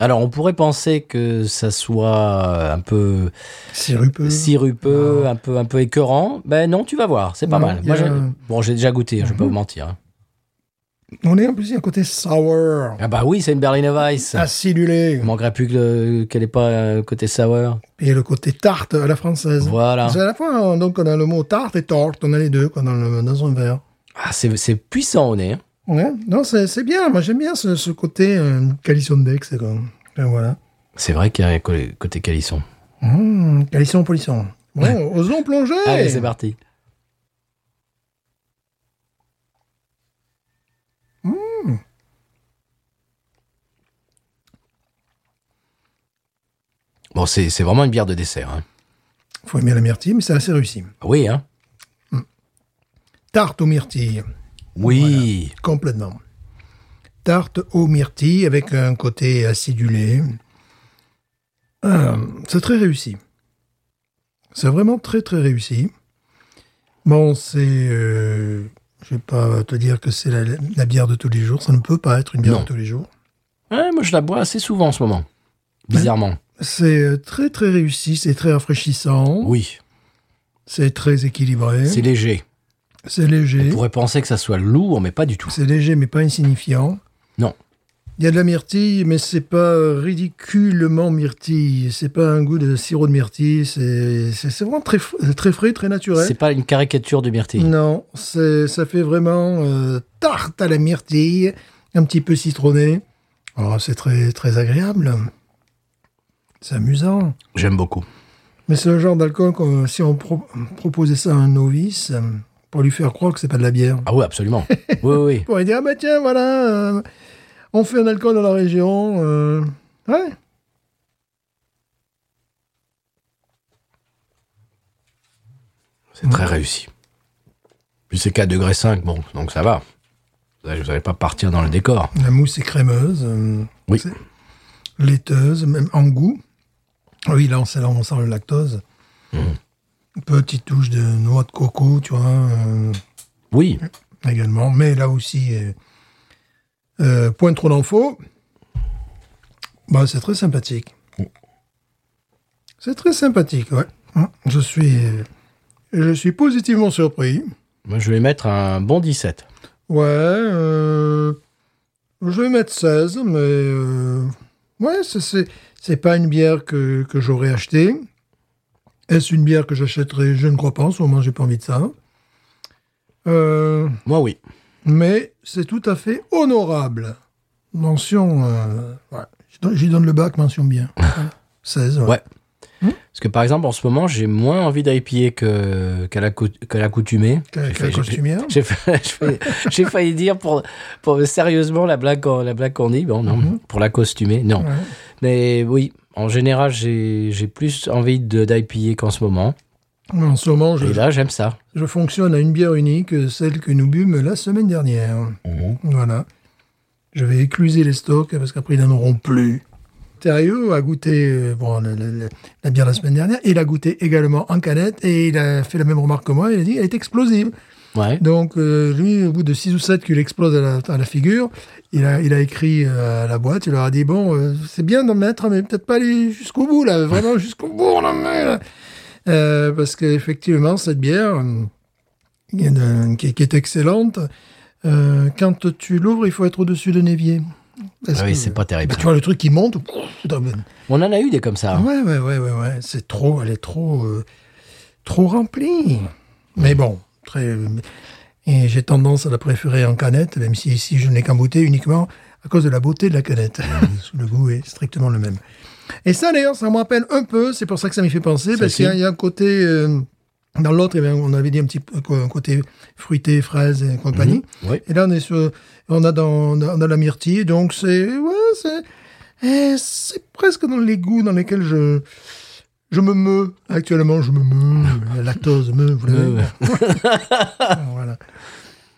Speaker 1: Alors, on pourrait penser que ça soit euh, un peu
Speaker 2: Sirupeux.
Speaker 1: sirupeux, un peu, un peu écœurant. Ben non, tu vas voir, c'est pas
Speaker 2: Non,
Speaker 1: mal.
Speaker 2: il y
Speaker 1: Moi,
Speaker 2: a- Mhm.
Speaker 1: j'ai- Bon, j'ai déjà goûté, je vais pas vous mentir. hein.
Speaker 2: On est en plus, il y a un côté sour.
Speaker 1: Ah bah oui, c'est une Berliner Weiss.
Speaker 2: Ah, Acidulé.
Speaker 1: Il manquerait plus que le- qu'elle n'ait pas euh, côté sour.
Speaker 2: Et le côté tarte à la française.
Speaker 1: Voilà.
Speaker 2: C'est à la fois, on- donc, on a le mot tarte et torte. On a les deux, quoi, dans, le- dans un verre.
Speaker 1: Ah, c'est c'est puissant au nez. hein.
Speaker 2: Ouais, non, c'est c'est bien. Moi, j'aime bien ce, ce côté euh, calisson d'Aix. quoi. Ben, voilà.
Speaker 1: C'est vrai qu'il y a un co- côté calisson.
Speaker 2: Mmh, calisson polisson. Bon, osons plonger.
Speaker 1: Allez, c'est parti. Mmh. Bon, c'est c'est vraiment une bière de dessert. hein.
Speaker 2: Faut aimer la myrtille, mais c'est assez réussi.
Speaker 1: Oui, hein
Speaker 2: Tarte aux myrtilles,
Speaker 1: Oui.
Speaker 2: complètement. Tarte aux myrtilles avec un côté acidulé. Ah, c'est très réussi. C'est vraiment très très réussi. Bon, c'est, euh, je vais pas te dire que c'est la, la bière de tous les jours. Ça ne peut pas être une bière
Speaker 1: Non.
Speaker 2: de tous les jours.
Speaker 1: Ouais, moi, je la bois assez souvent en ce moment. Bizarrement.
Speaker 2: C'est euh, très très réussi, c'est très rafraîchissant,
Speaker 1: Oui,
Speaker 2: c'est très équilibré,
Speaker 1: c'est léger.
Speaker 2: c'est
Speaker 1: On
Speaker 2: léger,
Speaker 1: pourrait penser que ça soit lourd, mais pas du tout.
Speaker 2: c'est léger mais pas insignifiant.
Speaker 1: Non.
Speaker 2: Il y a de la myrtille, mais c'est pas ridiculement myrtille. C'est pas un goût de sirop de myrtille. C'est c'est- c'est vraiment très, f- très frais, très
Speaker 1: C'est
Speaker 2: naturel.
Speaker 1: pas une caricature de myrtille.
Speaker 2: Non, c'est- ça fait vraiment euh, tarte à la myrtille, un petit peu citronné. Alors c'est très très agréable. C'est amusant.
Speaker 1: J'aime beaucoup.
Speaker 2: Mais c'est le genre d'alcool qu'on- si on pro- proposait ça à un novice euh, pour lui faire croire que c'est pas de la bière.
Speaker 1: Ah oui, absolument. Oui, oui, oui.
Speaker 2: Pour lui dire ah bah tiens voilà, euh, on fait un alcool dans la région. euh, ouais.
Speaker 1: C'est très réussi. Puis c'est 4 degrés 5, bon, donc ça va. Vous n'allez pas partir dans le décor.
Speaker 2: La mousse est crémeuse, euh,
Speaker 1: Oui.
Speaker 2: C'est- laiteuse, même en goût. Ah Oui, là, on sent, là, on sent le lactose. Petite touche de noix de coco, tu vois, euh,
Speaker 1: Oui,
Speaker 2: également. Mais là aussi, euh, euh, point trop d'infos. Bah, c'est très sympathique. C'est très sympathique, ouais. Hum, Je suis, euh, je suis positivement surpris.
Speaker 1: moi je vais mettre un bon 17.
Speaker 2: Ouais, euh, je vais mettre 16, mais euh, ouais, c'est- c'est c'est pas une bière que, que j'aurais achetée. Est-ce une bière que j'achèterais Je ne crois pas, en ce moment, j'ai pas envie de ça. Euh,
Speaker 1: Moi oui.
Speaker 2: mais c'est tout à fait honorable. Mention. euh, ouais, j'y donne- j'y donne le bac, mention bien. Ouais, 16, ouais.
Speaker 1: Ouais. Parce que par exemple, en ce moment, j'ai moins envie d'IPA que- qu'à la cou- qu'à l'accoutumée.
Speaker 2: Qu'à-
Speaker 1: J'ai
Speaker 2: qu'à
Speaker 1: failli-
Speaker 2: la costumière.
Speaker 1: J'ai fa- j'ai failli, j'ai failli dire pour, pour sérieusement la blague qu'on- la blague qu'on dit. Bon, non,
Speaker 2: Mhm.
Speaker 1: pour la costumée, non.
Speaker 2: Ouais.
Speaker 1: Mais oui, en général, j'ai j'ai plus envie de- d'IPA qu'en ce moment.
Speaker 2: En ce moment, je,
Speaker 1: Et là, j'aime ça.
Speaker 2: Je fonctionne à une bière unique, euh, celle que nous bûmes la semaine dernière.
Speaker 1: Mhm.
Speaker 2: Voilà. Je vais écluser les stocks parce qu'après, ils n'en auront plus. Sérieux a goûté euh, bon, la, la- la- la bière la semaine dernière. Il a goûté également en canette et il a fait la même remarque que moi. Il a dit elle est explosive.
Speaker 1: Ouais.
Speaker 2: Donc, euh, lui, au bout de 6 ou 7 qu'il explose à la, à la figure, il a, il a écrit euh, à la boîte, il leur a dit Bon, euh, c'est bien d'en mettre, mais peut-être pas aller jusqu'au bout, là, vraiment jusqu'au bout, on en met, là. Euh, Parce qu'effectivement, cette bière, euh, qui, est de- qui est- qui est excellente, euh, quand tu l'ouvres, il faut être au-dessus d'un évier. Parce
Speaker 1: Ah oui,
Speaker 2: que-
Speaker 1: c'est pas terrible.
Speaker 2: Bah, Mhm. tu vois le truc qui monte. pouf, putain, ben,
Speaker 1: On en a eu des comme ça. hein.
Speaker 2: Ouais, ouais, ouais, ouais, ouais. C'est trop, elle est trop, euh, trop remplie. Mais bon, très. euh, Et j'ai tendance à la préférer en canette, même si ici je n'ai qu'en bouteille uniquement à cause de la beauté de la canette. le goût est strictement le même. Et ça d'ailleurs, ça me rappelle un peu, c'est pour ça que ça m'y fait penser, parce
Speaker 1: si.
Speaker 2: qu'il y, a- il y a un côté. euh, dans l'autre, eh bien, on avait dit un petit peu un côté fruité, fraise et compagnie.
Speaker 1: Oui.
Speaker 2: Et là, on est sur, on a dans, on a, on a la myrtille, donc c'est, ouais, c'est, eh, c'est presque dans les goûts dans lesquels je, je me meus. Actuellement, je me meus. La lactose me, vous l'avez.
Speaker 1: Me.
Speaker 2: voilà.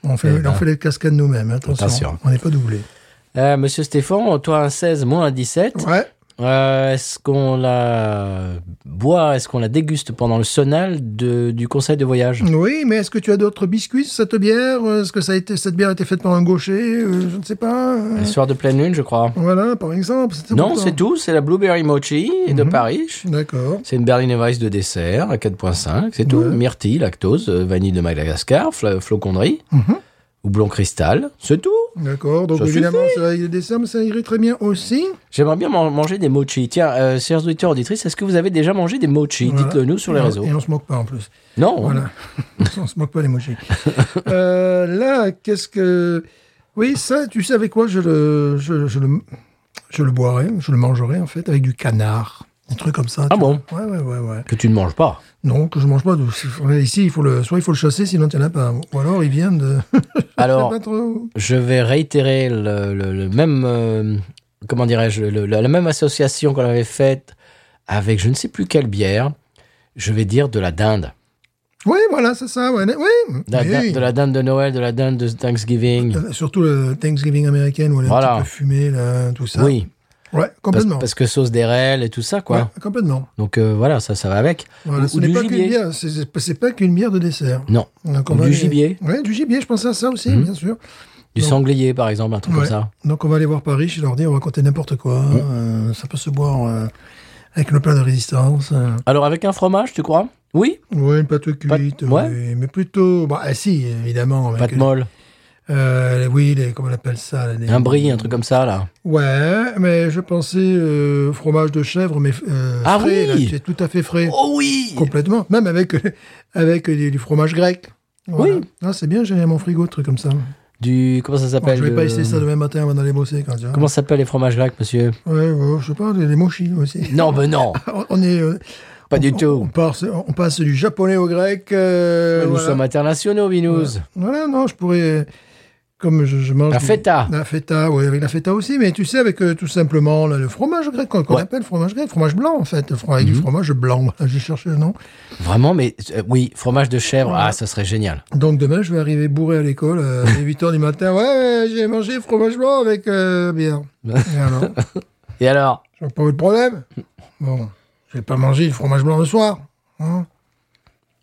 Speaker 2: On fait,
Speaker 1: Eh ben.
Speaker 2: on fait les cascades nous-mêmes, attention.
Speaker 1: Attention.
Speaker 2: On n'est pas doublé.
Speaker 1: Euh, Monsieur Stéphane, toi un 16, moi un 17.
Speaker 2: Ouais.
Speaker 1: Euh, Est-ce qu'on la boit, est-ce qu'on la déguste pendant le sonal de- du conseil de voyage
Speaker 2: Oui, mais est-ce que tu as d'autres biscuits sur cette bière Est-ce que ça a été, cette bière a été faite par un gaucher Euh, Je ne sais pas. euh,
Speaker 1: Le soir de pleine lune, je crois.
Speaker 2: Voilà, par exemple.
Speaker 1: Non,
Speaker 2: important.
Speaker 1: c'est tout, c'est la Blueberry Mochi
Speaker 2: Mhm.
Speaker 1: de Paris.
Speaker 2: D'accord.
Speaker 1: C'est une Berliner Weiss de dessert à 4.5, c'est tout.
Speaker 2: Ouais.
Speaker 1: Myrtille, lactose, euh, vanille de Madagascar, fla- flocon de riz,
Speaker 2: Mhm.
Speaker 1: houblon cristal, c'est tout.
Speaker 2: D'accord. Donc,
Speaker 1: Ça
Speaker 2: évidemment, ça va, il est décembre, ça irait très bien aussi.
Speaker 1: J'aimerais bien man- manger des mochi. Tiens, euh, chers auditeurs, auditrices, est-ce que vous avez déjà mangé des mochi
Speaker 2: Voilà.
Speaker 1: Dites-le nous sur
Speaker 2: Et
Speaker 1: les
Speaker 2: on-
Speaker 1: réseaux.
Speaker 2: Et on se moque pas en plus.
Speaker 1: Non,
Speaker 2: Voilà. on se moque pas les mochis. Euh, là, qu'est-ce que. Oui, ça, tu sais avec quoi je le, je, je le, je le boirais, je le mangerai en fait, avec du canard. Un truc comme ça.
Speaker 1: Ah
Speaker 2: tu
Speaker 1: bon
Speaker 2: vois. Ouais, ouais, ouais, ouais.
Speaker 1: que tu ne manges pas.
Speaker 2: Non, que je mange pas. de- Ici, il faut le, soit il faut le chasser, sinon il n'y en a pas. Ou alors, il vient de.
Speaker 1: Alors,
Speaker 2: pas trop.
Speaker 1: je vais réitérer le, le- le même, euh, comment dirais-je, le- la, la même association qu'on avait faite avec je ne sais plus quelle bière. Je vais dire de la dinde.
Speaker 2: Oui, voilà, c'est ça. Ouais, oui.
Speaker 1: De la,
Speaker 2: oui,
Speaker 1: dinde-
Speaker 2: oui.
Speaker 1: de la dinde de Noël, de la dinde de Thanksgiving.
Speaker 2: Euh, Surtout le Thanksgiving américain où elle est
Speaker 1: Voilà.
Speaker 2: un petit peu fumée, là, tout ça.
Speaker 1: oui,
Speaker 2: Ouais,
Speaker 1: parce,
Speaker 2: complètement.
Speaker 1: parce que sauce d'RL et tout ça, quoi.
Speaker 2: Ouais, complètement.
Speaker 1: Donc euh, voilà, ça, ça va avec.
Speaker 2: Voilà,
Speaker 1: Ou-
Speaker 2: ce
Speaker 1: ou
Speaker 2: n'est
Speaker 1: du
Speaker 2: pas qu'une
Speaker 1: gibier.
Speaker 2: bière, c'est- c'est pas- c'est pas qu'une bière de dessert.
Speaker 1: Non,
Speaker 2: Donc, on
Speaker 1: Ou
Speaker 2: va
Speaker 1: du
Speaker 2: aller-
Speaker 1: gibier. Mhm.
Speaker 2: Ouais, du gibier, je pensais à ça aussi, bien sûr.
Speaker 1: du
Speaker 2: Non.
Speaker 1: sanglier, par exemple, un truc
Speaker 2: Ouais.
Speaker 1: comme ça. Mhm.
Speaker 2: Donc on va aller voir Paris, je leur dis, on va raconter n'importe quoi. euh, ça peut se boire euh, avec le plat de résistance. euh,
Speaker 1: Alors, avec un fromage, tu crois Oui
Speaker 2: Oui, pas tout cuite.
Speaker 1: Pâte-
Speaker 2: oui,
Speaker 1: ouais.
Speaker 2: mais plutôt. Bah, ah, si, évidemment. avec
Speaker 1: Pâte
Speaker 2: les-
Speaker 1: molle,
Speaker 2: euh, oui, les, comment on appelle ça là, les-
Speaker 1: un brie, un truc comme ça, là.
Speaker 2: Ouais, mais je pensais euh, fromage de chèvre, mais euh,
Speaker 1: Ah oui
Speaker 2: frais. là, c'est tout à fait frais.
Speaker 1: Oh oui
Speaker 2: Complètement. Même avec, avec du, du fromage grec.
Speaker 1: Oui.
Speaker 2: Ah, c'est bien, j'ai dans mon frigo, truc comme ça. Bon,
Speaker 1: Du... Comment ça s'appelle
Speaker 2: Oh, je vais pas
Speaker 1: le-
Speaker 2: essayer ça demain matin avant d'aller bosser. Quand, tu vois.
Speaker 1: Comment ça s'appelle les fromages grecs, monsieur
Speaker 2: Ouais, ouais, je sais pas, les, les mochis aussi.
Speaker 1: Non, mais non
Speaker 2: On- On est. euh,
Speaker 1: Pas du
Speaker 2: on-
Speaker 1: tout.
Speaker 2: On, passe, on passe du japonais au grec. euh,
Speaker 1: Nous
Speaker 2: voilà.
Speaker 1: sommes internationaux, Binous.
Speaker 2: Voilà, non, je pourrais. Comme je, je mange.
Speaker 1: La
Speaker 2: du-
Speaker 1: feta.
Speaker 2: La feta, oui, avec la feta aussi, mais tu sais, avec euh, tout simplement là, le fromage grec, qu'on qu'on
Speaker 1: Ouais. Mhm.
Speaker 2: appelle fromage grec, fromage blanc en fait, le fromage- avec du fromage blanc. J'ai cherché le nom.
Speaker 1: Vraiment, mais euh, oui, fromage de chèvre, ah, ça serait génial.
Speaker 2: Donc demain, je vais arriver bourré à l'école euh, à 8 h du matin. Ouais, ouais, j'ai mangé fromage blanc avec euh, bière. Et alors
Speaker 1: Et alors
Speaker 2: J'ai pas eu de problème. Bon, j'ai pas mangé le fromage blanc le soir. hein.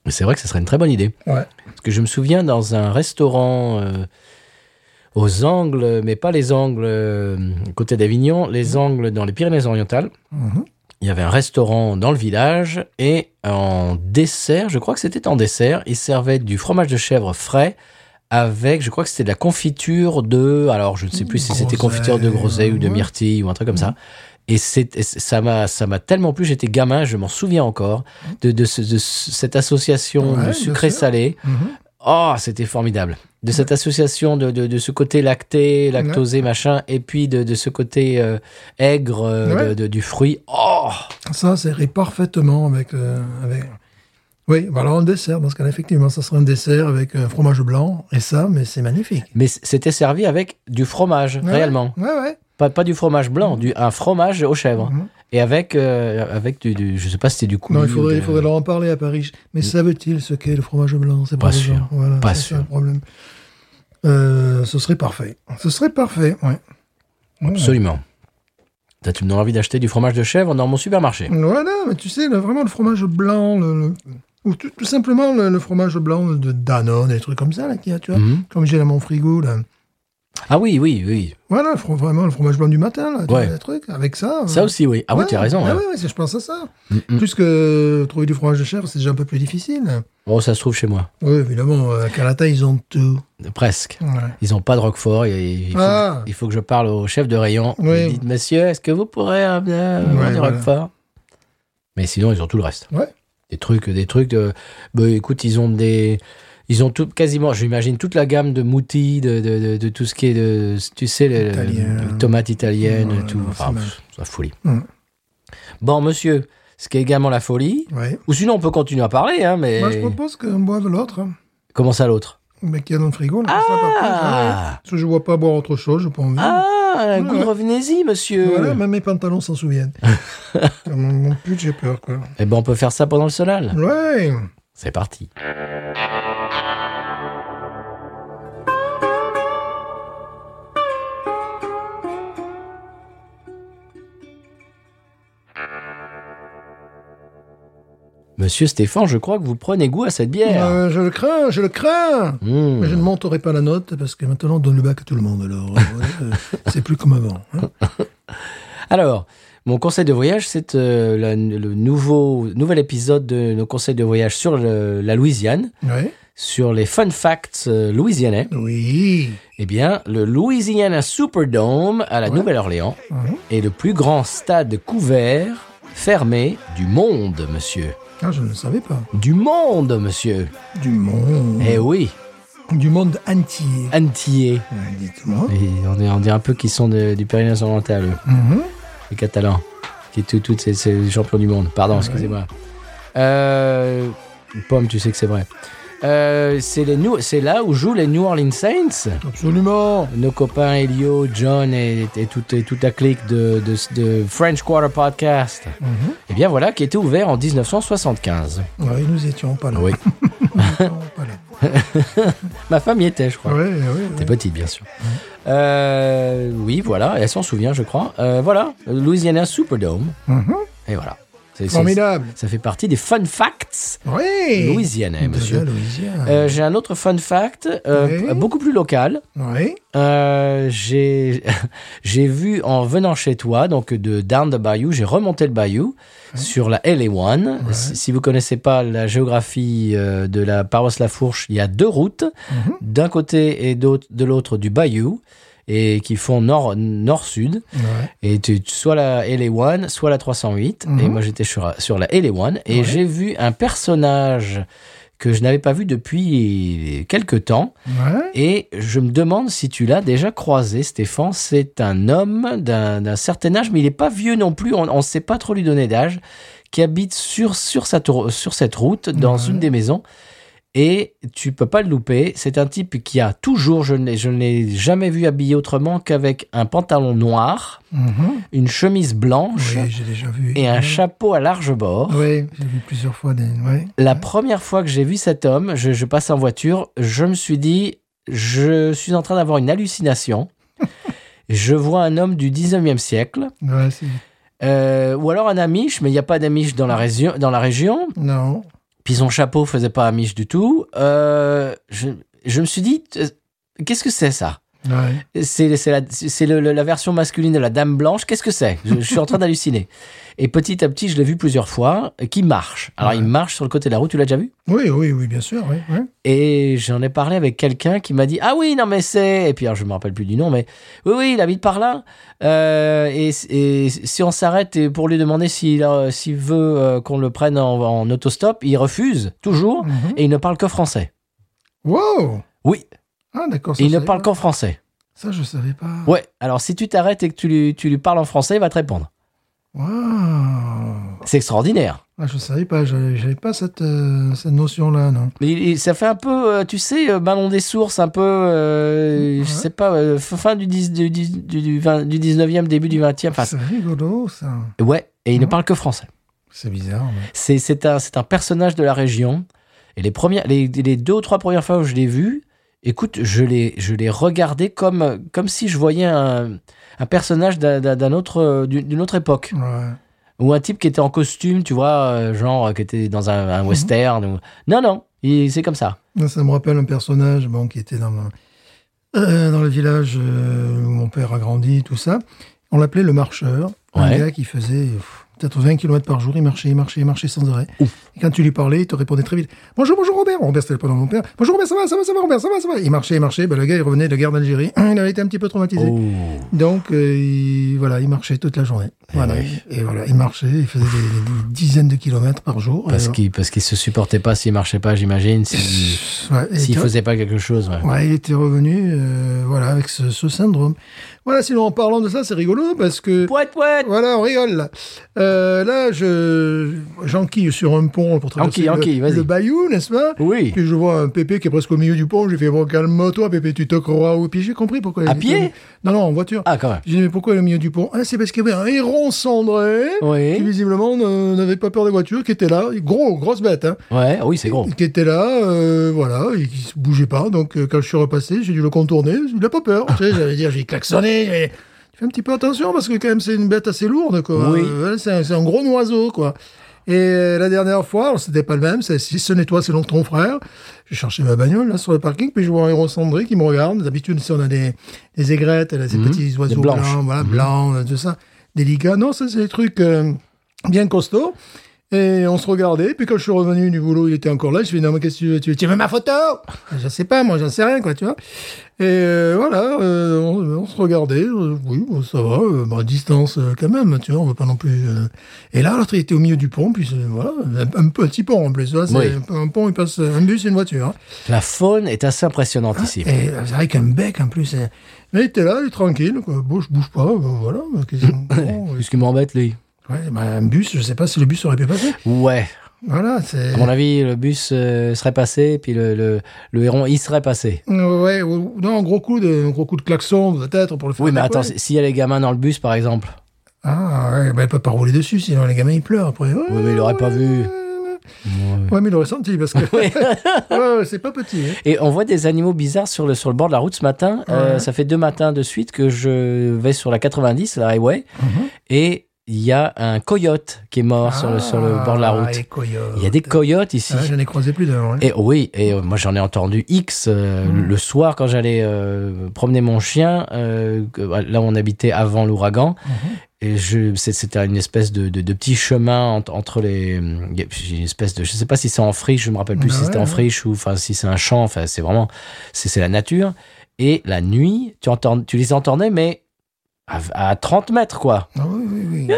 Speaker 1: C'est vrai que ça serait une très bonne idée.
Speaker 2: ouais.
Speaker 1: Parce que je me souviens dans un restaurant euh, aux Angles, mais pas les Angles euh, côté d'Avignon, les Angles dans les Pyrénées-Orientales.
Speaker 2: Mhm.
Speaker 1: Il y avait un restaurant dans le village et en dessert, je crois que c'était en dessert, ils servaient du fromage de chèvre frais avec, je crois que c'était de la confiture de, alors je ne sais plus si c'était
Speaker 2: Groseille,
Speaker 1: confiture de groseille ou de
Speaker 2: ouais. Mhm.
Speaker 1: myrtille ou un truc comme ça. Et c'est, et c'est- ça m'a, ça m'a tellement plu, j'étais gamin, je m'en souviens encore, de, de, ce- de ce- cette association
Speaker 2: Ouais,
Speaker 1: de
Speaker 2: bien sûr.
Speaker 1: sucré-salé.
Speaker 2: Mhm.
Speaker 1: Oh, c'était formidable. De cette association de, de, de ce côté lacté, lactosé, machin, et puis de, de ce côté euh, aigre euh,
Speaker 2: Ouais.
Speaker 1: de- de- du fruit. Oh
Speaker 2: Ça, ça irait parfaitement avec. euh, avec... Oui, bah alors un dessert, dans ce cas-là, effectivement, ça serait un dessert avec un fromage blanc et ça, mais c'est magnifique.
Speaker 1: Mais c- c'était servi avec du fromage,
Speaker 2: Ouais,
Speaker 1: réellement.
Speaker 2: Ouais, ouais.
Speaker 1: Pas, pas du fromage blanc, du, un fromage aux chèvres.
Speaker 2: Mhm.
Speaker 1: Et avec, euh, avec du, du- Je sais pas si c'était du coulis.
Speaker 2: Non, il
Speaker 1: ou
Speaker 2: faudrait,
Speaker 1: de- Mm.
Speaker 2: il faudrait leur en parler à Paris. Mais savent-ils ce qu'est le fromage blanc C'est
Speaker 1: Pas
Speaker 2: les gens.
Speaker 1: sûr.
Speaker 2: Voilà,
Speaker 1: Pas
Speaker 2: ça, c'est
Speaker 1: sûr.
Speaker 2: un problème. Euh, ce serait parfait. Ce serait parfait, ouais.
Speaker 1: Absolument. T'as- Tu me donnes envie d'acheter du fromage de chèvre dans mon supermarché.
Speaker 2: Voilà, mais tu sais, le- vraiment le fromage blanc, le- le- ou tout, tout simplement le, le fromage blanc de Danone, des trucs comme ça, là, qu'il y a, tu vois.
Speaker 1: Mhm.
Speaker 2: Comme j'ai dans mon frigo, là.
Speaker 1: Ah oui, oui, oui.
Speaker 2: Voilà, le fro- vraiment le fromage blanc du matin, là, tu
Speaker 1: Ouais.
Speaker 2: vois, le truc, avec ça.
Speaker 1: Ça
Speaker 2: euh,
Speaker 1: aussi, oui. Ah oui, tu as raison. Mm.
Speaker 2: Ah
Speaker 1: hein. Mhm.
Speaker 2: ouais, ouais, c'est- je pense à ça. Plus que trouver du fromage de chèvre, c'est déjà un peu plus difficile.
Speaker 1: Oh, ça se trouve chez moi.
Speaker 2: Oui, évidemment, euh, à Calata, ils ont tout.
Speaker 1: Presque.
Speaker 2: Ouais.
Speaker 1: Ils n'ont pas de Roquefort. Il, il faut,
Speaker 2: Ah.
Speaker 1: il faut que je parle au chef de rayon.
Speaker 2: Oui.
Speaker 1: Il dit, Monsieur, est-ce que vous pourrez euh, euh,
Speaker 2: Ouais,
Speaker 1: avoir du
Speaker 2: voilà.
Speaker 1: Roquefort Mais sinon, ils ont tout le reste.
Speaker 2: Ouais.
Speaker 1: Des trucs, des trucs. De... bah, écoute, ils ont des. Ils ont tout, quasiment, j'imagine, toute la gamme de moutis, de, de, de- de tout ce qui est de. Tu sais, le,
Speaker 2: Italien.
Speaker 1: le- tomate italienne,
Speaker 2: Ouais,
Speaker 1: tout.
Speaker 2: non,
Speaker 1: Enfin,
Speaker 2: c'est mal.
Speaker 1: pff, c'est la folie.
Speaker 2: Hum.
Speaker 1: Bon, monsieur, ce qui est également la folie.
Speaker 2: Ouais.
Speaker 1: Ou sinon, on peut continuer à parler, hein, mais.
Speaker 2: Moi, Bah, je propose qu'on boive l'autre, hein,
Speaker 1: Comment ça, l'autre
Speaker 2: mais qu'il y a dans le frigo. Là, ça, par contre, ouais.
Speaker 1: Ah
Speaker 2: hein. Parce que je ne vois pas boire autre chose, je n'ai pas envie.
Speaker 1: Ah,
Speaker 2: Ouais,
Speaker 1: goût,
Speaker 2: ouais.
Speaker 1: revenez-y, monsieur.
Speaker 2: Voilà, même mes pantalons s'en souviennent. Comme mon, mon pull, j'ai peur, quoi.
Speaker 1: Eh ben, on peut faire ça pendant le sonal.
Speaker 2: Ouais.
Speaker 1: C'est parti. Monsieur Stéphane, je crois que vous prenez goût à cette bière.
Speaker 2: Euh, je le crains, je le crains.
Speaker 1: Mmh.
Speaker 2: Mais je ne monterai pas la note parce que maintenant on donne le bac à tout le monde. Alors, euh, voilà, euh, c'est plus comme avant. hein.
Speaker 1: Alors, mon conseil de voyage, c'est euh, la- le nouveau, nouvel épisode de nos conseils de voyage sur le- la Louisiane,
Speaker 2: Ouais.
Speaker 1: sur les fun facts euh, louisianais.
Speaker 2: Oui.
Speaker 1: Eh bien, le Louisiana Superdome à la Nouvelle-Orléans est le plus grand stade couvert fermé du monde, monsieur.
Speaker 2: Ah, je ne le savais pas.
Speaker 1: Du monde, monsieur.
Speaker 2: Du monde.
Speaker 1: Eh oui,
Speaker 2: Du monde entier.
Speaker 1: antillais.
Speaker 2: Ouais, Dites-moi.
Speaker 1: Et on, est- on dit un peu qu'ils sont de- du Pyrénées-Orientales, eux,
Speaker 2: Mhm.
Speaker 1: les Catalans, qui tout, tout, c'est, c'est les champions du monde. Pardon, excusez-moi. Euh, pomme, tu sais que c'est vrai. Euh, c'est, les New- c'est là où jouent les New Orleans Saints.
Speaker 2: Absolument.
Speaker 1: nos copains Elio, John et, et toute, et toute la clique de, de- de French Quarter Podcast.
Speaker 2: Mhm.
Speaker 1: Eh bien voilà, qui était ouvert en 1975.
Speaker 2: Ouais, nous étions pas là.
Speaker 1: Oui.
Speaker 2: Nous étions pas là.
Speaker 1: Ma femme y était, je crois.
Speaker 2: Ouais, Mhm. ouais,
Speaker 1: T'es
Speaker 2: ouais.
Speaker 1: petite, bien sûr. Euh, oui, voilà, elle s'en souvient, je crois. Euh, voilà, Louisiana Superdome.
Speaker 2: Mhm.
Speaker 1: Et voilà. C'est- c'est-
Speaker 2: Formidable.
Speaker 1: Ça fait partie des fun facts
Speaker 2: Oui.
Speaker 1: louisianais,
Speaker 2: De la
Speaker 1: monsieur.
Speaker 2: Louisiane.
Speaker 1: Euh, J'ai un autre fun fact, euh,
Speaker 2: Oui.
Speaker 1: p- beaucoup plus local.
Speaker 2: oui.
Speaker 1: Euh, j'ai j'ai vu en venant chez toi, donc de down the bayou, j'ai remonté le bayou sur la LA1. Si, si vous connaissez pas la géographie euh, de la paroisse La Fourche, il y a deux routes,
Speaker 2: Mhm.
Speaker 1: d'un côté et d'autre- de l'autre du bayou, et qui font nord- nord-sud.
Speaker 2: Ouais.
Speaker 1: Et tu, tu- soit la LA1, soit la 308.
Speaker 2: Mhm.
Speaker 1: Et moi, j'étais sur, sur la LA1. Et
Speaker 2: Ouais.
Speaker 1: j'ai vu un personnage que je n'avais pas vu depuis quelque temps.
Speaker 2: Ouais.
Speaker 1: Et je me demande si tu l'as déjà croisé, Stéphane. C'est un homme d'un d'un certain âge, mais il n'est pas vieux non plus. On ne sait pas trop lui donner d'âge. Qui habite sur, sur, sa tour- sur cette route, dans
Speaker 2: Ouais.
Speaker 1: une des maisons. Et tu peux pas le louper. C'est un type qui a toujours, je ne l'ai- je ne l'ai jamais vu habillé autrement qu'avec un pantalon noir
Speaker 2: Mhm.
Speaker 1: une chemise blanche
Speaker 2: Oui, j'ai déjà vu.
Speaker 1: et un chapeau à large bord.
Speaker 2: Oui, j'ai vu plusieurs fois. Des... Ouais.
Speaker 1: La première fois que j'ai vu cet homme, je, je passe en voiture, je me suis dit, je suis en train d'avoir une hallucination. je vois un homme du 19e siècle,
Speaker 2: Ouais, c'est-
Speaker 1: euh, ou alors un Amish, mais il n'y a pas d'Amish dans, la région- dans la région.
Speaker 2: Non.
Speaker 1: Puis son chapeau faisait pas Amish du tout. Euh, je, je me suis dit, euh, qu'est-ce que c'est ça
Speaker 2: Ouais.
Speaker 1: C'est c'est la, c'est le- le- la version masculine de la dame blanche. Qu'est-ce que c'est je, je suis en train d'halluciner. Et petit à petit, je l'ai vu plusieurs fois, euh, qui marche. Alors,
Speaker 2: Ouais.
Speaker 1: il marche sur le côté de la route, tu l'as déjà vu
Speaker 2: Oui, oui, oui, bien sûr. Oui, ouais.
Speaker 1: Et j'en ai parlé avec quelqu'un qui m'a dit Ah oui, non, mais c'est. Et puis, alors, je me rappelle plus du nom, mais oui, oui, il habite par là. Euh, et, et si on s'arrête et pour lui demander s'il a- s'il veut euh, qu'on le prenne en, en autostop, il refuse, toujours,
Speaker 2: Mhm.
Speaker 1: et il ne parle que français.
Speaker 2: Wow
Speaker 1: Oui,
Speaker 2: Ah, d'accord. ça,
Speaker 1: il
Speaker 2: je
Speaker 1: ne
Speaker 2: savais
Speaker 1: parle
Speaker 2: pas.
Speaker 1: qu'en français.
Speaker 2: Ça, je savais pas.
Speaker 1: Ouais, alors si tu t'arrêtes et que tu lui, tu lui parles en français, il va te répondre.
Speaker 2: Wow
Speaker 1: C'est extraordinaire.
Speaker 2: ah, Je savais pas. J'avais j'avais pas cette, euh, cette notion-là, non.
Speaker 1: Mais il- il- ça fait un peu, euh, tu sais, euh, ballon des sources, un peu, euh,
Speaker 2: Ouais.
Speaker 1: je sais pas, euh, f- fin du, 10 du, dix- du, du vingt- du 19e, début du 20e. Enfin,
Speaker 2: C'est rigolo, ça.
Speaker 1: ouais, et il ne
Speaker 2: Mhm.
Speaker 1: parle que français.
Speaker 2: C'est bizarre. mais-
Speaker 1: C'est c'est un, c'est un personnage de la région. Et les, premières, les, les deux ou trois premières fois où je l'ai vu, écoute, je l'ai je l'ai regardé comme, comme si je voyais un, un personnage d'un- d'un d'un autre, euh, d'une d'une autre époque.
Speaker 2: Ouais.
Speaker 1: Ou un type qui était en costume, tu vois, euh, genre euh, qui était dans un,
Speaker 2: Mhm.
Speaker 1: un western. ou- Non, non, il- c'est comme ça.
Speaker 2: Moi, Ça me rappelle un personnage bon, qui était dans, ma- euh, dans le village euh, où mon père a grandi, tout ça. On l'appelait le marcheur. Un
Speaker 1: Ouais.
Speaker 2: gars qui faisait pff, peut-être 20 km par jour. Il marchait, il marchait, il marchait sans arrêt. Et quand tu lui parlais, il te répondait très vite. Bonjour, bonjour Robert. Robert, c'était le prénom de mon père. Bonjour Robert, ça va, ça va, ça va, Robert, ça va, ça va. Il marchait, il marchait. Ben, le gars, il revenait de guerre d'Algérie. Il avait été un petit peu traumatisé.
Speaker 1: Oh.
Speaker 2: Donc, euh, il, voilà, il marchait toute la journée. Voilà.
Speaker 1: Eh oui.
Speaker 2: Et voilà, il marchait, il faisait des, des- des dizaines de kilomètres par jour.
Speaker 1: Parce
Speaker 2: Et-
Speaker 1: qu'il parce qu'il se supportait pas s'il marchait pas, j'imagine, s'il
Speaker 2: Ouais, et
Speaker 1: s'il
Speaker 2: tu vois,
Speaker 1: faisait pas quelque chose. ouais.
Speaker 2: Ouais, il était revenu, euh, voilà, avec ce, ce syndrome. Voilà, sinon en parlant de ça, c'est rigolo parce que voilà, on rigole. Là, Euh, là je j'enquille sur un pont pour traverser
Speaker 1: Enquille,
Speaker 2: le,
Speaker 1: enquille, vas-y.
Speaker 2: le bayou, n'est-ce pas
Speaker 1: Oui.
Speaker 2: Puis je vois un Pépé qui est presque au milieu du pont. J'ai fait bon, calme-toi, Pépé, tu te crois où Puis j'ai compris pourquoi. il
Speaker 1: À
Speaker 2: était-
Speaker 1: pied
Speaker 2: Non, non, en voiture.
Speaker 1: Ah quand même.
Speaker 2: J'ai dit, mais pourquoi il est au milieu du pont Ah, c'est parce qu'il y avait un héron cendré qui
Speaker 1: Oui.
Speaker 2: visiblement ne- n'avait pas peur des voitures, qui était là, gros, grosse bête. Hein
Speaker 1: Ouais. Oui, c'est gros.
Speaker 2: qui était là, euh, voilà, et qui se bougeait pas. Donc euh, quand je suis repassé, j'ai dû le contourner. Il a pas peur. tu sais, j'allais dire, j'ai klaxonné. j'ai- Fais un petit peu attention parce que quand même c'est une bête assez lourde, quoi.
Speaker 1: Oui.
Speaker 2: Euh, c'est un, c'est un gros oiseau, quoi. Et euh, la dernière fois, alors, c'était pas le même. c'est Si ce n'est toi, c'est donc ton frère. Je cherchais ma bagnole là sur le parking, puis je vois un héros cendré qui me regarde. D'habitude, si on a des, des aigrettes, là, ces petits oiseaux
Speaker 1: blanches.
Speaker 2: blancs, voilà, blancs, euh, tout ça, des ligas. Non, ça c'est des trucs euh, bien costauds. Et on se regardait, puis quand je suis revenu du boulot, il était encore là. Je fais non mais qu'est-ce que tu veux Tu veux, tu veux ma photo Ah, Je sais pas, moi j'en sais rien quoi, tu vois. Et euh, voilà, euh, on, on se regardait. euh, oui, bon, ça va, euh, bah, à distance euh, quand même, tu vois. On veut pas non plus. euh. Et là, l'autre il était au milieu du pont, puis c'est- voilà, un, un petit pont en plus. tu vois, c'est
Speaker 1: Oui.
Speaker 2: un, pont, il passe un bus, une voiture. hein.
Speaker 1: La faune est assez impressionnante ici.
Speaker 2: Et euh, c'est vrai qu'un bec en plus. euh, Mais il était là, il est tranquille, quoi. Bon, je bouge pas, euh, voilà. euh, qu'est-ce que- bon, euh,
Speaker 1: Qu'est-ce qui m'embête lui
Speaker 2: ouais, bah, un bus, je sais pas si le bus aurait pu passer.
Speaker 1: Ouais.
Speaker 2: Voilà, c'est.
Speaker 1: À mon avis, le bus euh, serait passé, puis le, le, le héron y serait passé.
Speaker 2: Euh, Ouais, ou- non, un gros coup de, un gros coup de klaxon, peut-être, pour le faire.
Speaker 1: Oui, Ah, mais attends,
Speaker 2: décoller.
Speaker 1: si- s'il y a les gamins dans le bus, par exemple.
Speaker 2: Ah, ouais, bah, il peut pas rouler dessus, sinon les gamins, ils pleurent après. Ouais,
Speaker 1: Oui, mais il aurait pas vu.
Speaker 2: Ouais, mais il aurait senti, parce que.
Speaker 1: Oui.
Speaker 2: Ouais, ouais, c'est pas petit, hein.
Speaker 1: Et on voit des animaux bizarres sur le, sur le bord de la route ce matin. Euh,
Speaker 2: Ouais.
Speaker 1: ça fait deux matins de suite que je vais sur la 90, la highway, et il y a un coyote qui est mort sur, le, sur le bord de la
Speaker 2: Ah,
Speaker 1: route.
Speaker 2: les coyotes.
Speaker 1: Il y a des coyotes ici.
Speaker 2: Ah, J'en ai croisé plus d'un. ouais.
Speaker 1: Et oui, et euh, moi j'en ai entendu X euh,
Speaker 2: Mm.
Speaker 1: le soir quand j'allais euh, promener mon chien, euh, que- là où on habitait avant l'ouragan.
Speaker 2: Mm-hmm.
Speaker 1: Et je, c'est- c'était une espèce de, de, de petit chemin en- entre les. il y a- j'ai Une espèce de, je sais pas si c'est en friche, je me rappelle plus
Speaker 2: Bah
Speaker 1: si c'était
Speaker 2: ouais,
Speaker 1: en
Speaker 2: ouais.
Speaker 1: friche ou enfin si c'est un champ. Enfin, c'est vraiment, c'est c'est la nature. Et la nuit, tu entends, tu les entendais, mais à, à 30 mètres quoi.
Speaker 2: Ah oui, oui, oui.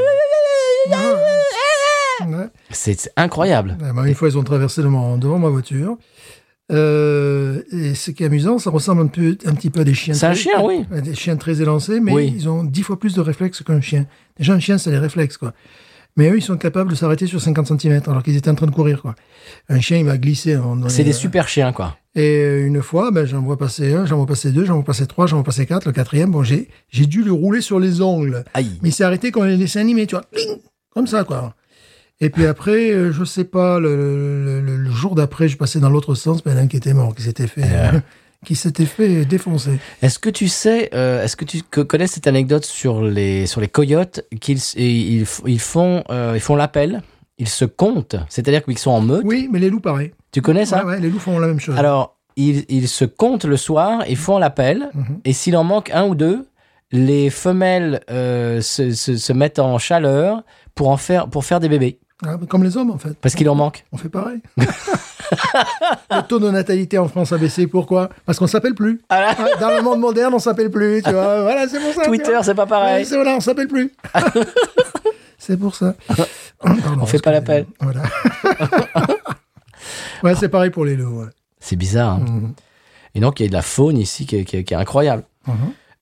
Speaker 2: Ah, Ouais. Ouais.
Speaker 1: C'est c'est incroyable.
Speaker 2: Ah bah, une fois, ils ont traversé devant, devant ma voiture. Euh, et ce qui est amusant, ça ressemble un, peu, un petit peu à des chiens.
Speaker 1: C'est un
Speaker 2: très-
Speaker 1: chien, oui.
Speaker 2: à Des chiens très élancés, mais
Speaker 1: Oui.
Speaker 2: ils ont dix fois plus de réflexes qu'un chien. Déjà, un chien, c'est les réflexes, quoi. Mais eux, ils sont capables de s'arrêter sur 50 cm alors qu'ils étaient en train de courir, quoi. Un chien, il va glisser. en-
Speaker 1: C'est des
Speaker 2: euh,
Speaker 1: super chiens quoi.
Speaker 2: Et euh, une fois, ben, j'en vois passer un, j'en vois passer deux, j'en vois passer trois, j'en vois passer quatre, le quatrième, bon, j'ai, j'ai dû le rouler sur les ongles.
Speaker 1: Aïe.
Speaker 2: Mais il s'est arrêté quand les dessins animés, tu vois. Cling Comme ça, quoi. Et puis après, euh, je sais pas, le, le- le- le jour d'après, je passais dans l'autre sens, ben, l'un qui était mort, qui s'était fait,
Speaker 1: Ah.
Speaker 2: qui s'était fait défoncer.
Speaker 1: Est-ce que tu sais, euh, est-ce que tu co- connais cette anecdote sur les sur les coyotes qu'ils et ils, f- ils font euh, ils font l'appel, ils se comptent, c'est-à-dire qu'ils sont en meute.
Speaker 2: Oui, mais les loups, pareil.
Speaker 1: Tu connais ça
Speaker 2: Ouais, ouais, les loups font la même chose.
Speaker 1: Alors ils, ils se comptent le soir, ils font l'appel,
Speaker 2: Mhm.
Speaker 1: et s'il en manque un ou deux, les femelles euh, se, se, se mettent en chaleur pour en faire pour faire des bébés
Speaker 2: Ah, comme les hommes, en fait.
Speaker 1: parce qu'il en manque.
Speaker 2: On fait pareil. le taux de natalité en France a baissé. Pourquoi Parce qu'on s'appelle plus. Ah, Dans le monde moderne, on s'appelle plus. Tu vois voilà, c'est pour ça. tu
Speaker 1: Twitter,
Speaker 2: vois.
Speaker 1: c'est pas pareil.
Speaker 2: Ouais, c'est- voilà, on s'appelle plus. c'est pour ça.
Speaker 1: On fait pas l'appel.
Speaker 2: Voilà. ouais, c'est pareil pour les loups. ouais.
Speaker 1: C'est bizarre. hein.
Speaker 2: Mhm.
Speaker 1: Et donc, il y a de la faune ici qui est, qui est- qui est incroyable.
Speaker 2: Mhm.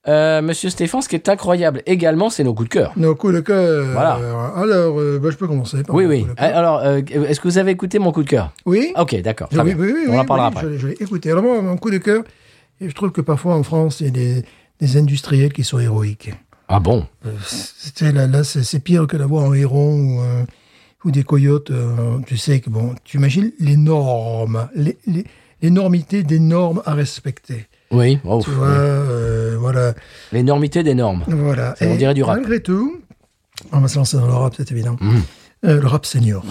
Speaker 1: Euh, Monsieur Stéphane, ce qui est incroyable également, c'est nos coups de cœur.
Speaker 2: Nos coups de cœur.
Speaker 1: Voilà.
Speaker 2: Euh, alors, euh, bah, je peux commencer. par
Speaker 1: Oui,
Speaker 2: mon
Speaker 1: oui.
Speaker 2: coup de cœur.
Speaker 1: Alors, euh, est-ce que vous avez écouté mon coup de cœur
Speaker 2: oui.
Speaker 1: Ok, d'accord. très
Speaker 2: oui,
Speaker 1: bien.
Speaker 2: oui, oui,
Speaker 1: On
Speaker 2: oui,
Speaker 1: en parlera
Speaker 2: oui,
Speaker 1: après.
Speaker 2: je l'ai- Je l'ai écouté. Alors, moi, mon coup de cœur, et je trouve que parfois en France, il y a des, des industriels qui sont héroïques.
Speaker 1: Ah bon
Speaker 2: Euh, C'était là, là c'est c'est pire que d'avoir un héron ou, un- ou des coyotes. euh, tu sais que bon, tu imagines les normes, les- les- l'énormité des normes à respecter.
Speaker 1: Oui. Oh,
Speaker 2: Tu
Speaker 1: oui.
Speaker 2: vois, euh, voilà,
Speaker 1: L'énormité des normes.
Speaker 2: voilà.
Speaker 1: Ça, on
Speaker 2: Et
Speaker 1: dirait du rap. Mm.
Speaker 2: Malgré tout, on va se lancer dans le rap, c'est évident. Euh, le rap senior.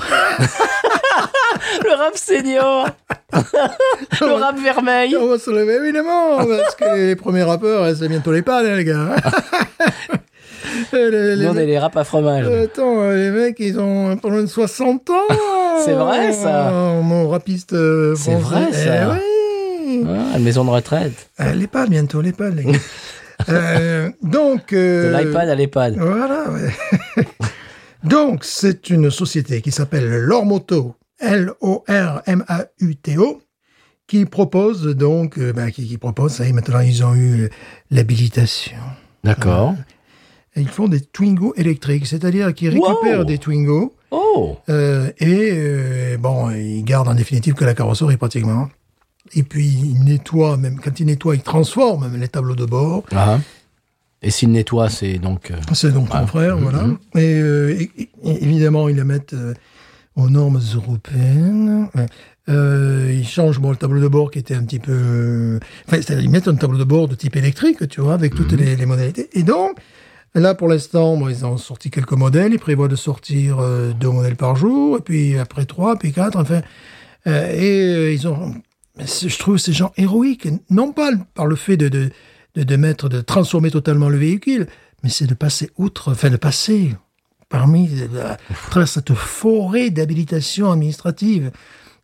Speaker 1: Le rap senior Le rap vermeil
Speaker 2: on va se lever évidemment, parce que les premiers rappeurs, euh, c'est bientôt les pannes, hein, les gars. Euh, les- les-
Speaker 1: Nous, on est les rap à fromage.
Speaker 2: Euh, Attends, euh, les mecs, ils ont pas loin de 60 ans
Speaker 1: C'est vrai, ça.
Speaker 2: Euh, Mon rapiste euh,
Speaker 1: C'est
Speaker 2: français.
Speaker 1: vrai, ça.
Speaker 2: Eh oui.
Speaker 1: Ah, une maison de retraite.
Speaker 2: Euh, les pas bientôt, les pas, les gars. Euh, donc...
Speaker 1: De
Speaker 2: euh,
Speaker 1: l'iPad à l'EHPAD.
Speaker 2: Voilà, ouais. Donc, c'est une société qui s'appelle Lormoto, L-O-R-M-A-U-T-O, qui propose donc... euh, bah, qui, qui propose, ça y est, maintenant, ils ont eu euh, l'habilitation.
Speaker 1: D'accord.
Speaker 2: Et Ils font des Twingo électriques, c'est-à-dire qu'ils récupèrent
Speaker 1: Wow.
Speaker 2: des Twingo...
Speaker 1: Oh
Speaker 2: Euh, et euh, bon, il garde en définitive que la carrosserie pratiquement. Et puis il nettoie, même quand il nettoie, il transforme même les tableaux de bord.
Speaker 1: Ah. Et s'il nettoie, c'est donc. euh,
Speaker 2: Ah, C'est donc mon frère, voilà. Et, euh, et- et- évidemment, ils le mettent euh, aux normes européennes. Ouais. Euh, ils changent bon, le tableau de bord qui était un petit peu... euh, Enfin, c'est-à-dire, ils mettent un tableau de bord de type électrique, tu vois, avec toutes les, les modalités. Et donc, là, pour l'instant, bon, ils ont sorti quelques modèles. Ils prévoient de sortir euh, deux modèles par jour, et puis après trois, puis quatre, enfin... Euh, et euh, ils ont... mais c'est- Je trouve ces gens héroïques, non pas par le fait de, de, de, de mettre, de transformer totalement le véhicule, mais c'est de passer outre, enfin de passer parmi, à travers cette forêt d'habilitation administrative.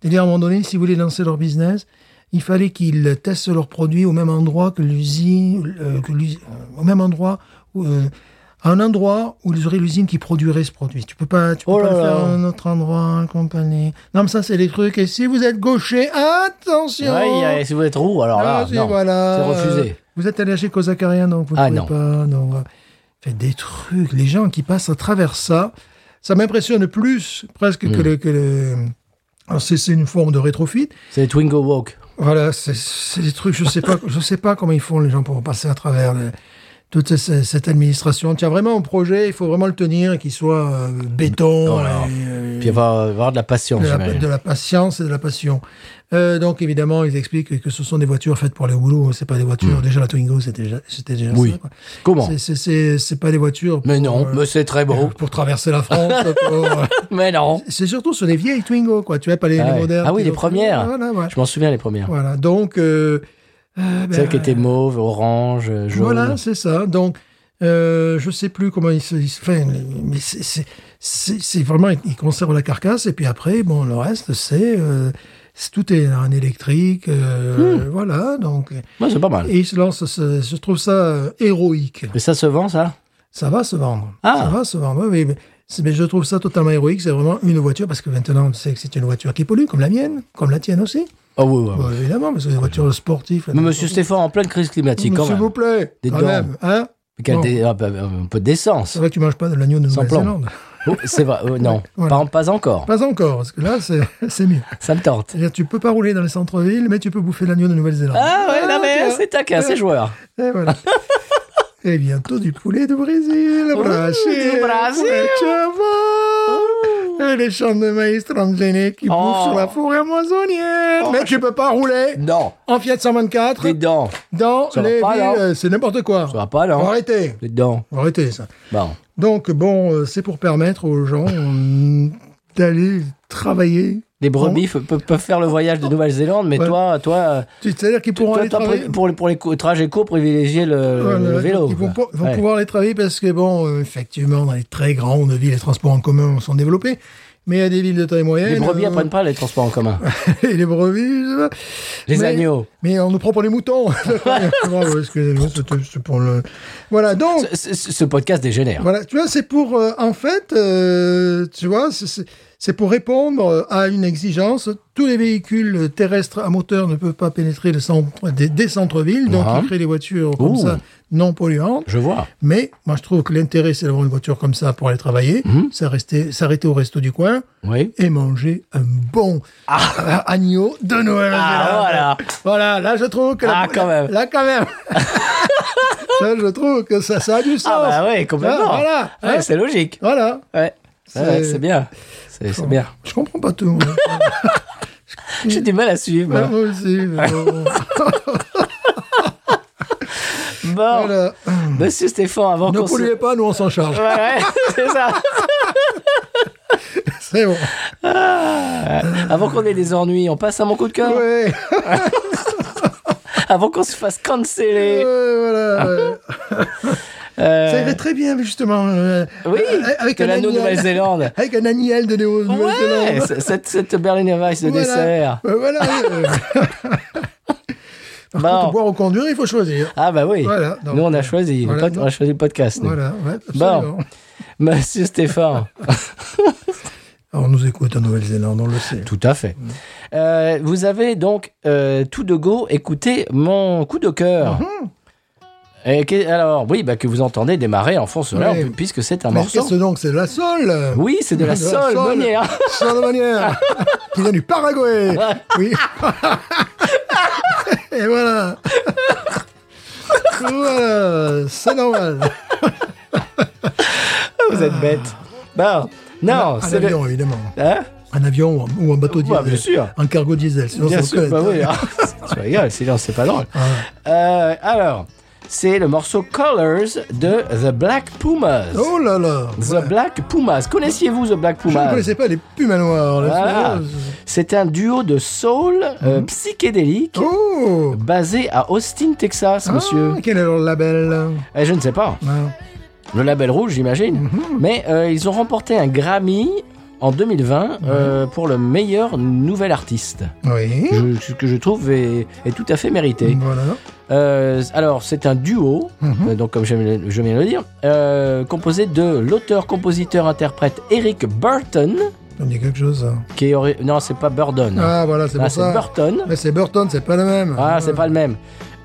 Speaker 2: C'est-à-dire, à un moment donné, si vous voulez lancer leur business, il fallait qu'ils testent leurs produits au même endroit que l'usine, euh, que l'usi- euh, au même endroit, où, euh, à un endroit où ils auraient l'usine qui produirait ce produit. Tu peux pas, tu peux
Speaker 1: Oh
Speaker 2: pas
Speaker 1: là
Speaker 2: le faire
Speaker 1: là.
Speaker 2: à un autre endroit, et compagnie. Non, mais ça, c'est des trucs. Et si vous êtes gaucher, attention!
Speaker 1: Ouais, si vous êtes roux, alors là,
Speaker 2: Ah, si,
Speaker 1: non.
Speaker 2: voilà.
Speaker 1: c'est refusé.
Speaker 2: Euh, Vous êtes allergique aux acariens, donc vous ne
Speaker 1: Ah,
Speaker 2: pouvez
Speaker 1: non.
Speaker 2: pas. Non, voilà. Faites des trucs. Les gens qui passent à travers ça, ça m'impressionne plus presque
Speaker 1: Hmm.
Speaker 2: que le. Que le... Alors, c'est c'est une forme de rétrofit.
Speaker 1: C'est les Twingo Walk.
Speaker 2: Voilà, c'est- c'est des trucs, je sais pas, je sais pas comment ils font les gens pour passer à travers. le- toute ce- ce- cette administration. Tu as vraiment un projet, il faut vraiment le tenir et qu'il soit euh, béton.
Speaker 1: Voilà.
Speaker 2: et, euh,
Speaker 1: Puis il va avoir de la patience,
Speaker 2: de la,
Speaker 1: j'imagine.
Speaker 2: de la patience et de la passion. Euh, donc évidemment, ils expliquent que ce sont des voitures faites pour les boulots, c'est pas des voitures. Déjà la Twingo, c'était déjà, c'était déjà
Speaker 1: Hmm. Oui.
Speaker 2: ça. quoi.
Speaker 1: Comment
Speaker 2: C'est- c'est- C'est c'est pas des voitures.
Speaker 1: Mais
Speaker 2: pour,
Speaker 1: non,
Speaker 2: euh,
Speaker 1: mais c'est très
Speaker 2: euh,
Speaker 1: beau.
Speaker 2: pour traverser la France. pour, euh,
Speaker 1: Mais non.
Speaker 2: c'est surtout sur des vieilles Twingo, quoi. Tu vois, pas les,
Speaker 1: Ah
Speaker 2: les
Speaker 1: ouais.
Speaker 2: modernes.
Speaker 1: Ah oui, les
Speaker 2: Twingo.
Speaker 1: premières.
Speaker 2: Voilà, ouais.
Speaker 1: Je m'en souviens les premières.
Speaker 2: Voilà. Donc, euh, euh, ben,
Speaker 1: Celles qui étaient mauves, orange, euh, jaune.
Speaker 2: voilà, c'est ça. Donc, euh, je sais plus comment ils se, ils se- enfin, mais c'est- c'est- c'est c'est vraiment ils conservent la carcasse et puis après, bon, le reste c'est euh, c'est- tout est en électrique,
Speaker 1: Hmm.
Speaker 2: euh, voilà. Donc,
Speaker 1: Ouais, c'est pas mal.
Speaker 2: et ils se lancent. ce- Je trouve ça euh, héroïque.
Speaker 1: Mais ça se vend, ça
Speaker 2: Ça va se vendre.
Speaker 1: Ah.
Speaker 2: Ça va se vendre. Oui, mais, c'est- mais je trouve ça totalement héroïque. C'est vraiment une voiture parce que maintenant, on sait que c'est une voiture qui pollue, comme la mienne, comme la tienne aussi.
Speaker 1: Oh oui, oui. oui.
Speaker 2: Bon, évidemment, parce que les voitures sportives.
Speaker 1: Mais monsieur Stéphane, en pleine crise climatique,
Speaker 2: Mais
Speaker 1: quand
Speaker 2: S'il
Speaker 1: même.
Speaker 2: vous plaît,
Speaker 1: Des
Speaker 2: quand
Speaker 1: dents.
Speaker 2: même, hein
Speaker 1: Quel
Speaker 2: Bon.
Speaker 1: dé- ah, bah, bah, un peu de décence.
Speaker 2: C'est vrai que tu manges pas de l'agneau de
Speaker 1: Sans plan.
Speaker 2: Nouvelle-Zélande.
Speaker 1: Oh, c'est vrai, oh, non.
Speaker 2: Voilà.
Speaker 1: Pas, pas encore.
Speaker 2: Pas encore, parce que là, c'est c'est mieux.
Speaker 1: Ça me tente.
Speaker 2: C'est-à-dire, tu peux pas rouler dans les centres-villes, mais tu peux bouffer l'agneau de Nouvelle-Zélande.
Speaker 1: Ah ouais, non, mais
Speaker 2: tu
Speaker 1: c'est taquin, c'est joueur.
Speaker 2: vois. Et voilà. Et bientôt du poulet du Brésil, braché.
Speaker 1: du Brésil.
Speaker 2: poulet chaval. Et les champs de maïs transgéniques qui
Speaker 1: Oh.
Speaker 2: bouffent sur la forêt amazonienne.
Speaker 1: Oh.
Speaker 2: Mais tu peux pas rouler
Speaker 1: Non,
Speaker 2: en Fiat 124
Speaker 1: des dents.
Speaker 2: dans
Speaker 1: Ça va
Speaker 2: les
Speaker 1: pas,
Speaker 2: villes.
Speaker 1: non.
Speaker 2: Euh, C'est n'importe quoi.
Speaker 1: Ça va pas, non
Speaker 2: Arrêtez.
Speaker 1: Des dents.
Speaker 2: Arrêtez ça.
Speaker 1: Bon.
Speaker 2: Donc, bon, euh, c'est pour permettre aux gens euh, d'aller travailler.
Speaker 1: Les brebis fe- peuvent peuvent faire le voyage de Nouvelle-Zélande, mais
Speaker 2: Ouais.
Speaker 1: toi, toi, euh,
Speaker 2: Tu- C'est-à-dire qu'ils pourront
Speaker 1: toi,
Speaker 2: aller
Speaker 1: t'as pris-
Speaker 2: travailler.
Speaker 1: pour, les- pour les cou- trajets courts, privilégier le,
Speaker 2: Voilà,
Speaker 1: le vélo.
Speaker 2: Ils vont,
Speaker 1: quoi.
Speaker 2: po- vont
Speaker 1: Ouais.
Speaker 2: pouvoir aller travailler parce que, bon, euh, effectivement, dans les très grandes villes, les transports en commun sont développés. Mais il y a des villes de taille moyenne.
Speaker 1: Les brebis
Speaker 2: euh,
Speaker 1: apprennent pas les transports en commun.
Speaker 2: et les brebis. je sais pas.
Speaker 1: Les
Speaker 2: Mais-
Speaker 1: agneaux.
Speaker 2: Mais on nous prend pour les moutons. Bravo, excusez-moi, c'était- c'est pour le. Voilà, donc.
Speaker 1: Ce, ce- ce- ce podcast dégénère.
Speaker 2: Voilà, tu vois, c'est pour, euh, en fait, euh, tu vois, c'est- c'est c'est pour répondre euh, à une exigence. Tous les véhicules terrestres à moteur ne peuvent pas pénétrer le centre, des, des centres-villes, donc
Speaker 1: Ouais.
Speaker 2: ils créent des voitures comme
Speaker 1: Ouh.
Speaker 2: ça, non polluantes.
Speaker 1: Je vois.
Speaker 2: Mais moi, je trouve que l'intérêt, c'est d'avoir une voiture comme ça pour aller travailler, s'arrêter s'arrêter au resto du coin
Speaker 1: Oui.
Speaker 2: et manger un bon euh, agneau de Noël.
Speaker 1: Ah, voilà.
Speaker 2: Voilà, là, je trouve que... la-
Speaker 1: Ah, quand même.
Speaker 2: Là, quand même. là, je trouve que ça, ça a du sens.
Speaker 1: Ah bah oui, complètement.
Speaker 2: Ah, voilà,
Speaker 1: Ouais,
Speaker 2: hein.
Speaker 1: c'est logique.
Speaker 2: Voilà.
Speaker 1: Ouais. Ouais,
Speaker 2: C'est-
Speaker 1: ouais, C'est bien. C'est c'est bien.
Speaker 2: Je comprends pas tout. moi.
Speaker 1: J'ai du mal à suivre.
Speaker 2: Ouais,
Speaker 1: moi.
Speaker 2: moi aussi. mais bon.
Speaker 1: Bon,
Speaker 2: Voilà.
Speaker 1: monsieur Stéphane, avant
Speaker 2: Ne
Speaker 1: qu'on se...
Speaker 2: polluez pas, nous on s'en charge.
Speaker 1: Ouais, ouais, c'est ça.
Speaker 2: C'est bon.
Speaker 1: Avant qu'on ait des ennuis, on passe à mon coup de cœur.
Speaker 2: Ouais.
Speaker 1: Avant qu'on se fasse
Speaker 2: Ouais,
Speaker 1: canceller.
Speaker 2: voilà. ouais.
Speaker 1: Ah. Euh,
Speaker 2: Ça irait très bien, justement. euh,
Speaker 1: Oui,
Speaker 2: euh, avec
Speaker 1: de
Speaker 2: un
Speaker 1: l'anneau
Speaker 2: agnel-
Speaker 1: Nouvelle-Zélande.
Speaker 2: Avec un agnel de Néo-
Speaker 1: Ouais,
Speaker 2: Nouvelle-Zélande.
Speaker 1: c- cette, cette berline Weiss de
Speaker 2: Voilà.
Speaker 1: dessert.
Speaker 2: Ouais, voilà. euh. Par
Speaker 1: Bon.
Speaker 2: contre, boire ou conduire, il faut choisir.
Speaker 1: Ah bah oui,
Speaker 2: Voilà, donc, euh,
Speaker 1: nous on a choisi, le
Speaker 2: voilà,
Speaker 1: pod-
Speaker 2: non.
Speaker 1: on a choisi le podcast. nous.
Speaker 2: Voilà, ouais,
Speaker 1: Bon.
Speaker 2: absolument.
Speaker 1: Monsieur Stéphane.
Speaker 2: Alors, on nous écoute en Nouvelle-Zélande, on le sait.
Speaker 1: Tout à fait. Euh, vous avez donc euh, tout de go écouté mon coup de cœur.
Speaker 2: Mhm.
Speaker 1: Et que- alors, oui, bah, que vous entendez démarrer en fond sonore,
Speaker 2: Oui.
Speaker 1: puisque c'est un
Speaker 2: Mais
Speaker 1: morceau.
Speaker 2: qu'est-ce donc C'est de la sol
Speaker 1: Oui, c'est de la
Speaker 2: De la
Speaker 1: seule
Speaker 2: sole.
Speaker 1: manière.
Speaker 2: Sol manière Qui vient du Paraguay Oui Et voilà Voilà C'est normal
Speaker 1: Ah, Vous êtes bête. Bon, non,
Speaker 2: Ah. Un
Speaker 1: c'est le.
Speaker 2: avion, évidemment.
Speaker 1: Hein
Speaker 2: Un avion ou un- ou un bateau
Speaker 1: Bah,
Speaker 2: diesel.
Speaker 1: bien sûr.
Speaker 2: Un cargo diesel, sinon
Speaker 1: Bien
Speaker 2: ça hein.
Speaker 1: sûr,
Speaker 2: se
Speaker 1: bah oui.
Speaker 2: connaît.
Speaker 1: Ah, tu rigoles, sinon c'est pas drôle.
Speaker 2: Ah.
Speaker 1: Euh, alors, c'est le morceau Colors de The Black Pumas.
Speaker 2: Oh là là
Speaker 1: The
Speaker 2: Voilà.
Speaker 1: Black Pumas. Connaissiez-vous The Black
Speaker 2: Je ne
Speaker 1: Pumas
Speaker 2: connaissais pas les pumas noirs. là.
Speaker 1: Voilà. C'est un duo de soul euh,
Speaker 2: Mhm.
Speaker 1: psychédélique
Speaker 2: Oh
Speaker 1: basé à Austin, Texas, monsieur.
Speaker 2: Ah, quel est leur label
Speaker 1: Eh, je ne sais pas.
Speaker 2: Ah.
Speaker 1: Le label rouge, j'imagine.
Speaker 2: Mhm.
Speaker 1: Mais euh, ils ont remporté un Grammy en 2020
Speaker 2: Mhm.
Speaker 1: euh, pour le meilleur nouvel artiste.
Speaker 2: Oui.
Speaker 1: Je- ce que je trouve est, est tout à fait mérité.
Speaker 2: Voilà.
Speaker 1: Euh, alors, c'est un duo,
Speaker 2: Mhm.
Speaker 1: euh, donc comme je, viens- je viens de le dire, euh, composé de l'auteur-compositeur-interprète Eric Burton,
Speaker 2: Ça me dit quelque chose. ça.
Speaker 1: qui aurait... Non, c'est pas Burton.
Speaker 2: Ah, voilà, c'est
Speaker 1: Là,
Speaker 2: pour
Speaker 1: c'est
Speaker 2: ça.
Speaker 1: Burton.
Speaker 2: Mais c'est Burton, c'est pas le même.
Speaker 1: Ah, c'est pas le même.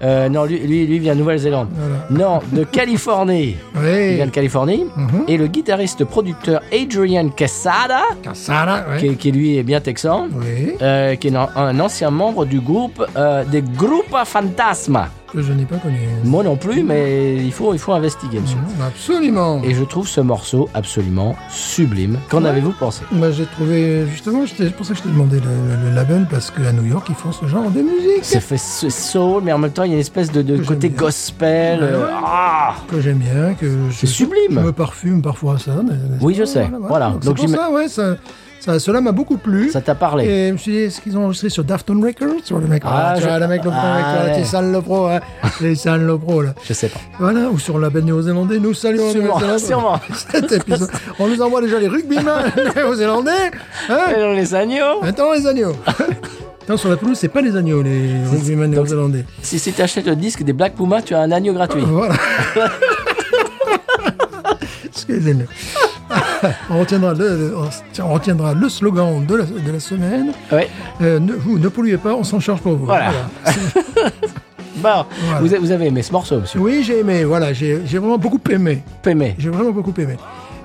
Speaker 1: Euh, non, lui, lui, lui vient de Nouvelle-Zélande.
Speaker 2: Voilà.
Speaker 1: Non, de Californie. Il
Speaker 2: Oui.
Speaker 1: vient de Californie.
Speaker 2: Mhm.
Speaker 1: Et le guitariste-producteur Adrian Quesada,
Speaker 2: Cassara, ouais.
Speaker 1: qui, qui lui est bien texan,
Speaker 2: Oui.
Speaker 1: euh, qui est un, un ancien membre du groupe euh, des Grupa Fantasma.
Speaker 2: que je n'ai pas connu.
Speaker 1: Moi non plus, mais il faut, il faut investiguer, monsieur.
Speaker 2: Mmh, Absolument.
Speaker 1: Et je trouve ce morceau absolument sublime. Qu'en avez-vous pensé
Speaker 2: Bah, j'ai trouvé, justement, j'étais- c'est pour ça que je t'ai demandé le, le- le label, parce qu'à New York, ils font ce genre de musique
Speaker 1: Ça fait ce- soul, mais en même temps, il y a une espèce de, de
Speaker 2: J'aime
Speaker 1: côté
Speaker 2: bien.
Speaker 1: gospel. euh,
Speaker 2: Ouais.
Speaker 1: ah
Speaker 2: que j'aime bien, que
Speaker 1: c'est
Speaker 2: je, je
Speaker 1: sublime.
Speaker 2: me parfume parfois à ça. mais-
Speaker 1: Oui, je sais. Voilà.
Speaker 2: Donc,
Speaker 1: Donc,
Speaker 2: c'est pour
Speaker 1: j'im-
Speaker 2: ça, ouais, ça, ça- cela m'a beaucoup plu.
Speaker 1: Ça t'a parlé.
Speaker 2: Et je me suis dit, est-ce qu'ils ont enregistré sur Dafton Records Sur le mec,
Speaker 1: Ah,
Speaker 2: ah, tu
Speaker 1: je-
Speaker 2: vois, le mec, le pro,
Speaker 1: Ah,
Speaker 2: mec,
Speaker 1: ouais.
Speaker 2: les salles le pro, hein, les salles le pro, là.
Speaker 1: Je sais pas.
Speaker 2: Voilà, ou sur la label néo-zélandais, nous saluons la
Speaker 1: Sûrement,
Speaker 2: Nouvelle-Zélande.
Speaker 1: sûrement.
Speaker 2: Cet épisode. On nous envoie déjà les rugbymen néo-zélandais. hein.
Speaker 1: Et les agneaux
Speaker 2: Attends, les agneaux. Attends, sur la pelouse, c'est pas les agneaux, les rugbymen
Speaker 1: donc-
Speaker 2: néo-zélandais.
Speaker 1: Si, si tu achètes le disque des Black Pumas, tu as un agneau gratuit.
Speaker 2: Voilà. Excusez-nous. on, retiendra le, le- on, tiens, on retiendra le slogan de la, de la semaine.
Speaker 1: Ouais.
Speaker 2: Euh, ne, vous ne polluez pas, on s'en charge pour vous.
Speaker 1: Voilà. Bon,
Speaker 2: Voilà.
Speaker 1: vous, a- vous avez aimé ce morceau, monsieur
Speaker 2: Oui, j'ai aimé. Voilà, j'ai j'ai vraiment beaucoup aimé.
Speaker 1: Aimé.
Speaker 2: J'ai vraiment beaucoup aimé.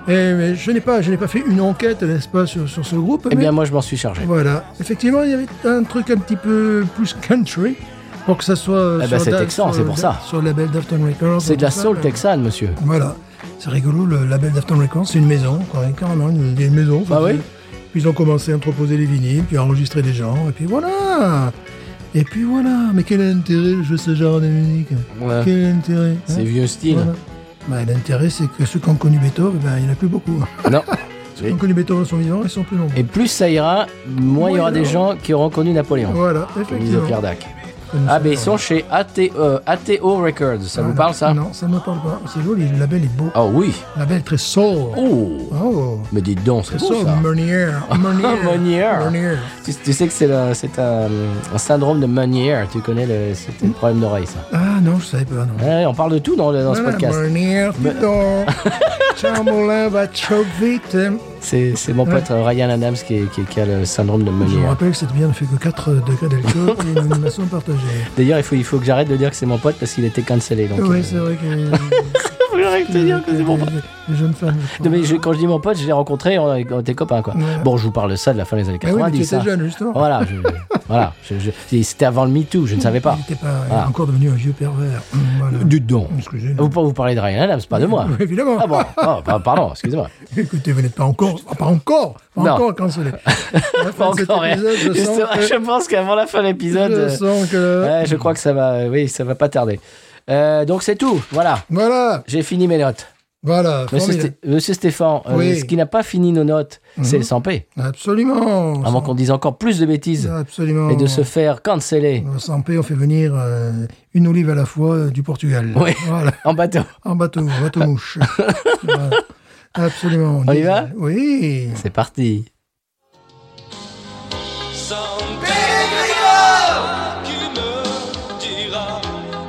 Speaker 2: Et, mais je n'ai pas, je n'ai pas fait une enquête, n'est-ce pas, sur, sur ce groupe.
Speaker 1: Eh
Speaker 2: mais
Speaker 1: bien, moi, je m'en suis chargé.
Speaker 2: voilà. Effectivement, il y avait un truc un petit peu plus country pour que ça soit.
Speaker 1: Eh ben,
Speaker 2: sur
Speaker 1: c'est
Speaker 2: Da-
Speaker 1: texan,
Speaker 2: sur
Speaker 1: c'est pour
Speaker 2: Da-
Speaker 1: ça.
Speaker 2: Sur le label Dafton Records.
Speaker 1: C'est de la
Speaker 2: tout ça,
Speaker 1: soul
Speaker 2: euh,
Speaker 1: texane, monsieur.
Speaker 2: Voilà. C'est rigolo, le label d'Afton Records, c'est une maison, quoi, hein, carrément, une, une maison.
Speaker 1: Ah
Speaker 2: c'est-
Speaker 1: oui
Speaker 2: Puis ils ont commencé à entreposer les vinyles, puis à enregistrer des gens, et puis voilà Et puis voilà Mais quel est l'intérêt de jouer ce genre de musique
Speaker 1: Ouais.
Speaker 2: Quel est l'intérêt hein
Speaker 1: C'est vieux style.
Speaker 2: Voilà. Bah, l'intérêt, c'est que ceux qui ont connu Beethoven, ben, il n'y en a plus beaucoup.
Speaker 1: Non.
Speaker 2: Ceux qui ont connu Beethoven sont vivants, ils sont plus nombreux.
Speaker 1: Et plus ça ira, moins il y aura
Speaker 2: Moins
Speaker 1: des
Speaker 2: il y
Speaker 1: gens qui auront connu Napoléon.
Speaker 2: Voilà,
Speaker 1: Lise
Speaker 2: effectivement.
Speaker 1: Pierdac. Ah, ben ils sont chez ATO, ATO E Records. Ça vous
Speaker 2: Voilà.
Speaker 1: parle, ça
Speaker 2: Non, ça ne me parle pas. C'est joli, le label est beau.
Speaker 1: Oh oui.
Speaker 2: Le label est très soul.
Speaker 1: Oh
Speaker 2: Oh.
Speaker 1: Mais dites donc, c'est
Speaker 2: C'est ça,
Speaker 1: beau, ça.
Speaker 2: Meunier. Meunier.
Speaker 1: Meunier.
Speaker 2: Meunier.
Speaker 1: Tu, tu sais que c'est le- c'est un, un syndrome de Meunier. hein. Tu connais le, c'est le problème d'oreille, ça.
Speaker 2: Ah non, je savais pas, non.
Speaker 1: Ouais, on parle de tout dans, le- dans ce
Speaker 2: Voilà,
Speaker 1: podcast.
Speaker 2: Meunier, putain. Chamberlain va trop vite.
Speaker 1: C'est c'est mon pote euh, Ryan Adams qui, qui- qui a le syndrome de
Speaker 2: Je me
Speaker 1: Meunier.
Speaker 2: rappelle que cette bière ne fait que 4 degrés d'alcool et une animation partagée.
Speaker 1: D'ailleurs, il faut, il faut que j'arrête de dire que c'est mon pote parce qu'il était cancellé. Donc, euh,
Speaker 2: Oui, c'est vrai que.
Speaker 1: faut que j'arrête de dire que c'est mon pote.
Speaker 2: Les jeunes femmes. je crois.
Speaker 1: Non, mais je- quand je dis mon pote, je l'ai rencontré, on, on était copains, quoi.
Speaker 2: Ouais.
Speaker 1: Bon, je vous parle de ça de la fin des années
Speaker 2: Ah oui, mais
Speaker 1: 90.
Speaker 2: tu étais
Speaker 1: hein.
Speaker 2: jeune, justement.
Speaker 1: Voilà, je- voilà. je- je- c'était avant le MeToo, je ne savais pas.
Speaker 2: Il n'était pas il est
Speaker 1: Ah.
Speaker 2: encore devenu un vieux pervers. Hum, Voilà.
Speaker 1: Du don.
Speaker 2: Excusez-moi.
Speaker 1: Vous, vous parlez de Ryan Adams, pas de moi.
Speaker 2: Oui, évidemment.
Speaker 1: Ah bon, oh, bah, pardon, excusez-moi.
Speaker 2: Écoutez, vous n'êtes pas encore. ah, Pas encore. Pas
Speaker 1: Non.
Speaker 2: encore cancelé.
Speaker 1: Pas encore. hein.
Speaker 2: Je sens
Speaker 1: Justement,
Speaker 2: que-
Speaker 1: Je pense qu'avant la fin de l'épisode,
Speaker 2: je
Speaker 1: euh,
Speaker 2: sens que.
Speaker 1: ouais, je crois que ça va, euh, oui, ça va pas tarder. Euh, donc c'est tout, voilà.
Speaker 2: Voilà,
Speaker 1: J'ai fini mes notes.
Speaker 2: voilà,
Speaker 1: Monsieur,
Speaker 2: formidable.
Speaker 1: Sté- Monsieur Stéphane, euh,
Speaker 2: Oui. Mhm.
Speaker 1: ce qui n'a pas fini nos notes, c'est le 100p.
Speaker 2: Absolument.
Speaker 1: Avant qu'on dise encore plus de bêtises
Speaker 2: Ah. Absolument.
Speaker 1: et de se faire canceller
Speaker 2: Sans paix, on fait venir euh, une olive à la fois euh, du Portugal.
Speaker 1: Oui.
Speaker 2: Voilà,
Speaker 1: en bateau.
Speaker 2: en bateau, bateau mouche. Voilà. Absolument.
Speaker 1: On y va
Speaker 2: Oui.
Speaker 1: C'est parti.
Speaker 3: Sans pègre qui me dira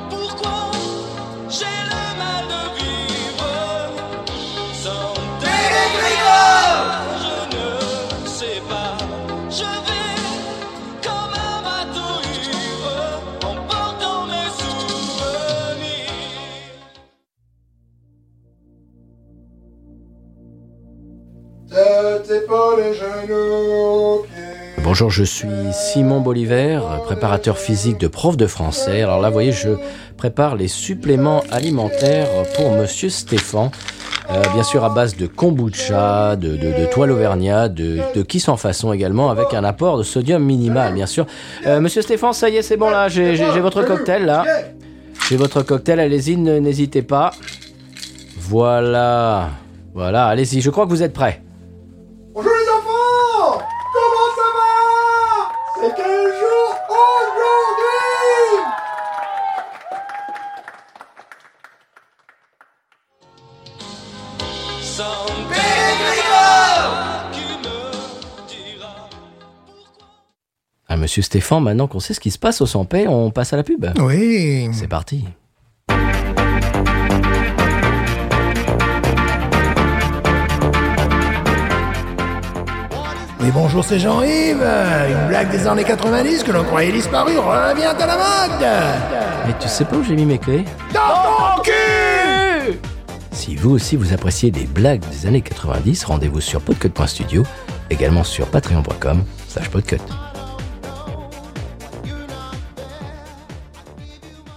Speaker 3: pourquoi j'ai le mal de vivre. Sans pègre, je ne sais pas. Je vais comme un bateau ivre en portant mes souvenirs.
Speaker 2: Tête, épaule et genoux. pieds.
Speaker 1: Bonjour, je suis Simon Bolivar, préparateur physique de prof de français. Alors là, vous voyez, je prépare les suppléments alimentaires pour Monsieur Stéphane. Euh, bien sûr à base de kombucha, de, de, de toile auvergnat, de, de qui sans façon également, avec un apport de sodium minimal, bien sûr. Euh, Monsieur Stéphane, ça y est, c'est bon là, j'ai j'ai- j'ai votre cocktail là. J'ai votre cocktail, allez-y, ne- n'hésitez pas. Voilà, voilà, allez-y, je crois que vous êtes prêts.
Speaker 4: Bonjour les enfants Comment ça va C'est quel jour aujourd'hui
Speaker 3: Sans pègre qui me dira
Speaker 1: Ah, monsieur Stéphane, maintenant qu'on sait ce qui se passe au 100p, on passe à la pub.
Speaker 2: Oui.
Speaker 1: C'est parti.
Speaker 2: Mais bonjour, c'est Jean-Yves. Une blague des années 90 que l'on croyait disparue revient à la mode.
Speaker 1: Mais tu sais pas où j'ai mis mes clés Si vous aussi vous appréciez des blagues des années 90, rendez-vous sur podcut.studio, également sur patreon.com slash podcut.
Speaker 3: you not bad. I give you my love.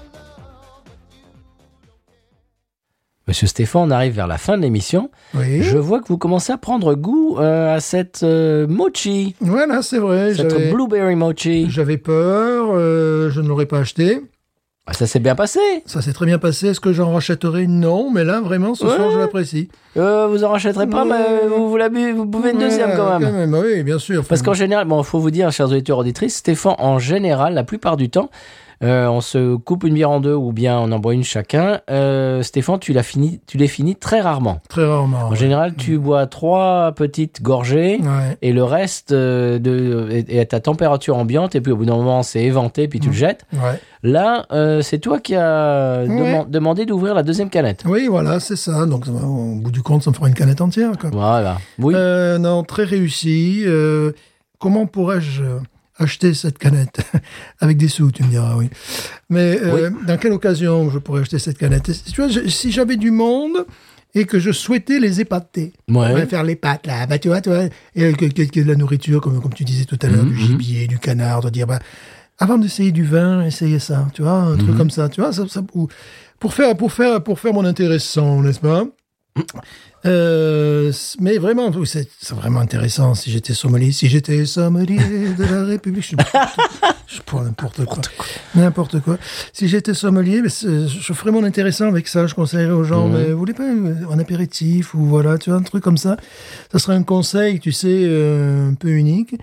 Speaker 1: Monsieur Stéphane, on arrive vers la fin de l'émission.
Speaker 2: Oui.
Speaker 1: Je vois que vous commencez à prendre goût euh, à cette euh, mochi,
Speaker 2: Voilà, c'est vrai.
Speaker 1: cette
Speaker 2: J'avais
Speaker 1: blueberry mochi.
Speaker 2: j'avais peur, euh, je ne l'aurais pas acheté.
Speaker 1: Ah, Ça s'est bien passé.
Speaker 2: Ça s'est très bien passé. Est-ce que j'en rachèterai Non, mais là, vraiment, ce soir,
Speaker 1: Ouais.
Speaker 2: je l'apprécie.
Speaker 1: Euh, vous en rachèterez pas, mais vous, vous, la bu- vous buvez une deuxième
Speaker 2: Ouais,
Speaker 1: quand même.
Speaker 2: Oui, bien sûr.
Speaker 1: Parce qu'en
Speaker 2: Enfin,
Speaker 1: général, bon, faut vous dire, chers auditeurs auditrices, Stéphane, en général, la plupart du temps, euh, on se coupe une bière en deux ou bien on en boit une chacun. Euh, Stéphane, tu l'as fini, tu les finis très rarement.
Speaker 2: Très rarement.
Speaker 1: En général, tu bois trois petites gorgées.
Speaker 2: Ouais.
Speaker 1: Et le reste euh, de, est est à température ambiante, et puis au bout d'un moment, c'est éventé, puis tu le jettes.
Speaker 2: Ouais.
Speaker 1: Là, euh, c'est toi qui as deman- demandé d'ouvrir la deuxième canette.
Speaker 2: Oui, voilà, c'est ça. Donc, ça va, au bout du compte, ça me fera une canette entière. quoi.
Speaker 1: Voilà. Oui.
Speaker 2: Euh, non, très réussi. Euh, comment pourrais-je euh, acheter cette canette Avec des sous, tu me diras, oui. Mais euh, dans quelle occasion je pourrais acheter cette canette Tu vois, je- si j'avais du monde et que je souhaitais les épater,
Speaker 1: Ouais.
Speaker 2: On va faire les pâtes là, bah tu vois, tu vois, et euh, que- que- que de la nourriture comme comme tu disais tout à l'heure, du gibier, du canard, de dire bah avant d'essayer du vin, essayez ça, tu vois, un truc comme ça, tu vois, ça, ça- ou- pour faire pour faire pour faire mon intéressant, n'est-ce pas Euh, c- mais vraiment, oui, c'est c'est vraiment intéressant. Si j'étais sommelier, si j'étais sommelier de la République, je, je prends n'importe quoi, n'importe quoi. Si j'étais sommelier, mais c'est- je ferais mon intéressant avec ça. Je conseillerais aux gens, mais vous voulez pas euh, un apéritif ou voilà, tu vois, un truc comme ça. Ça serait un conseil, tu sais, euh, un peu unique.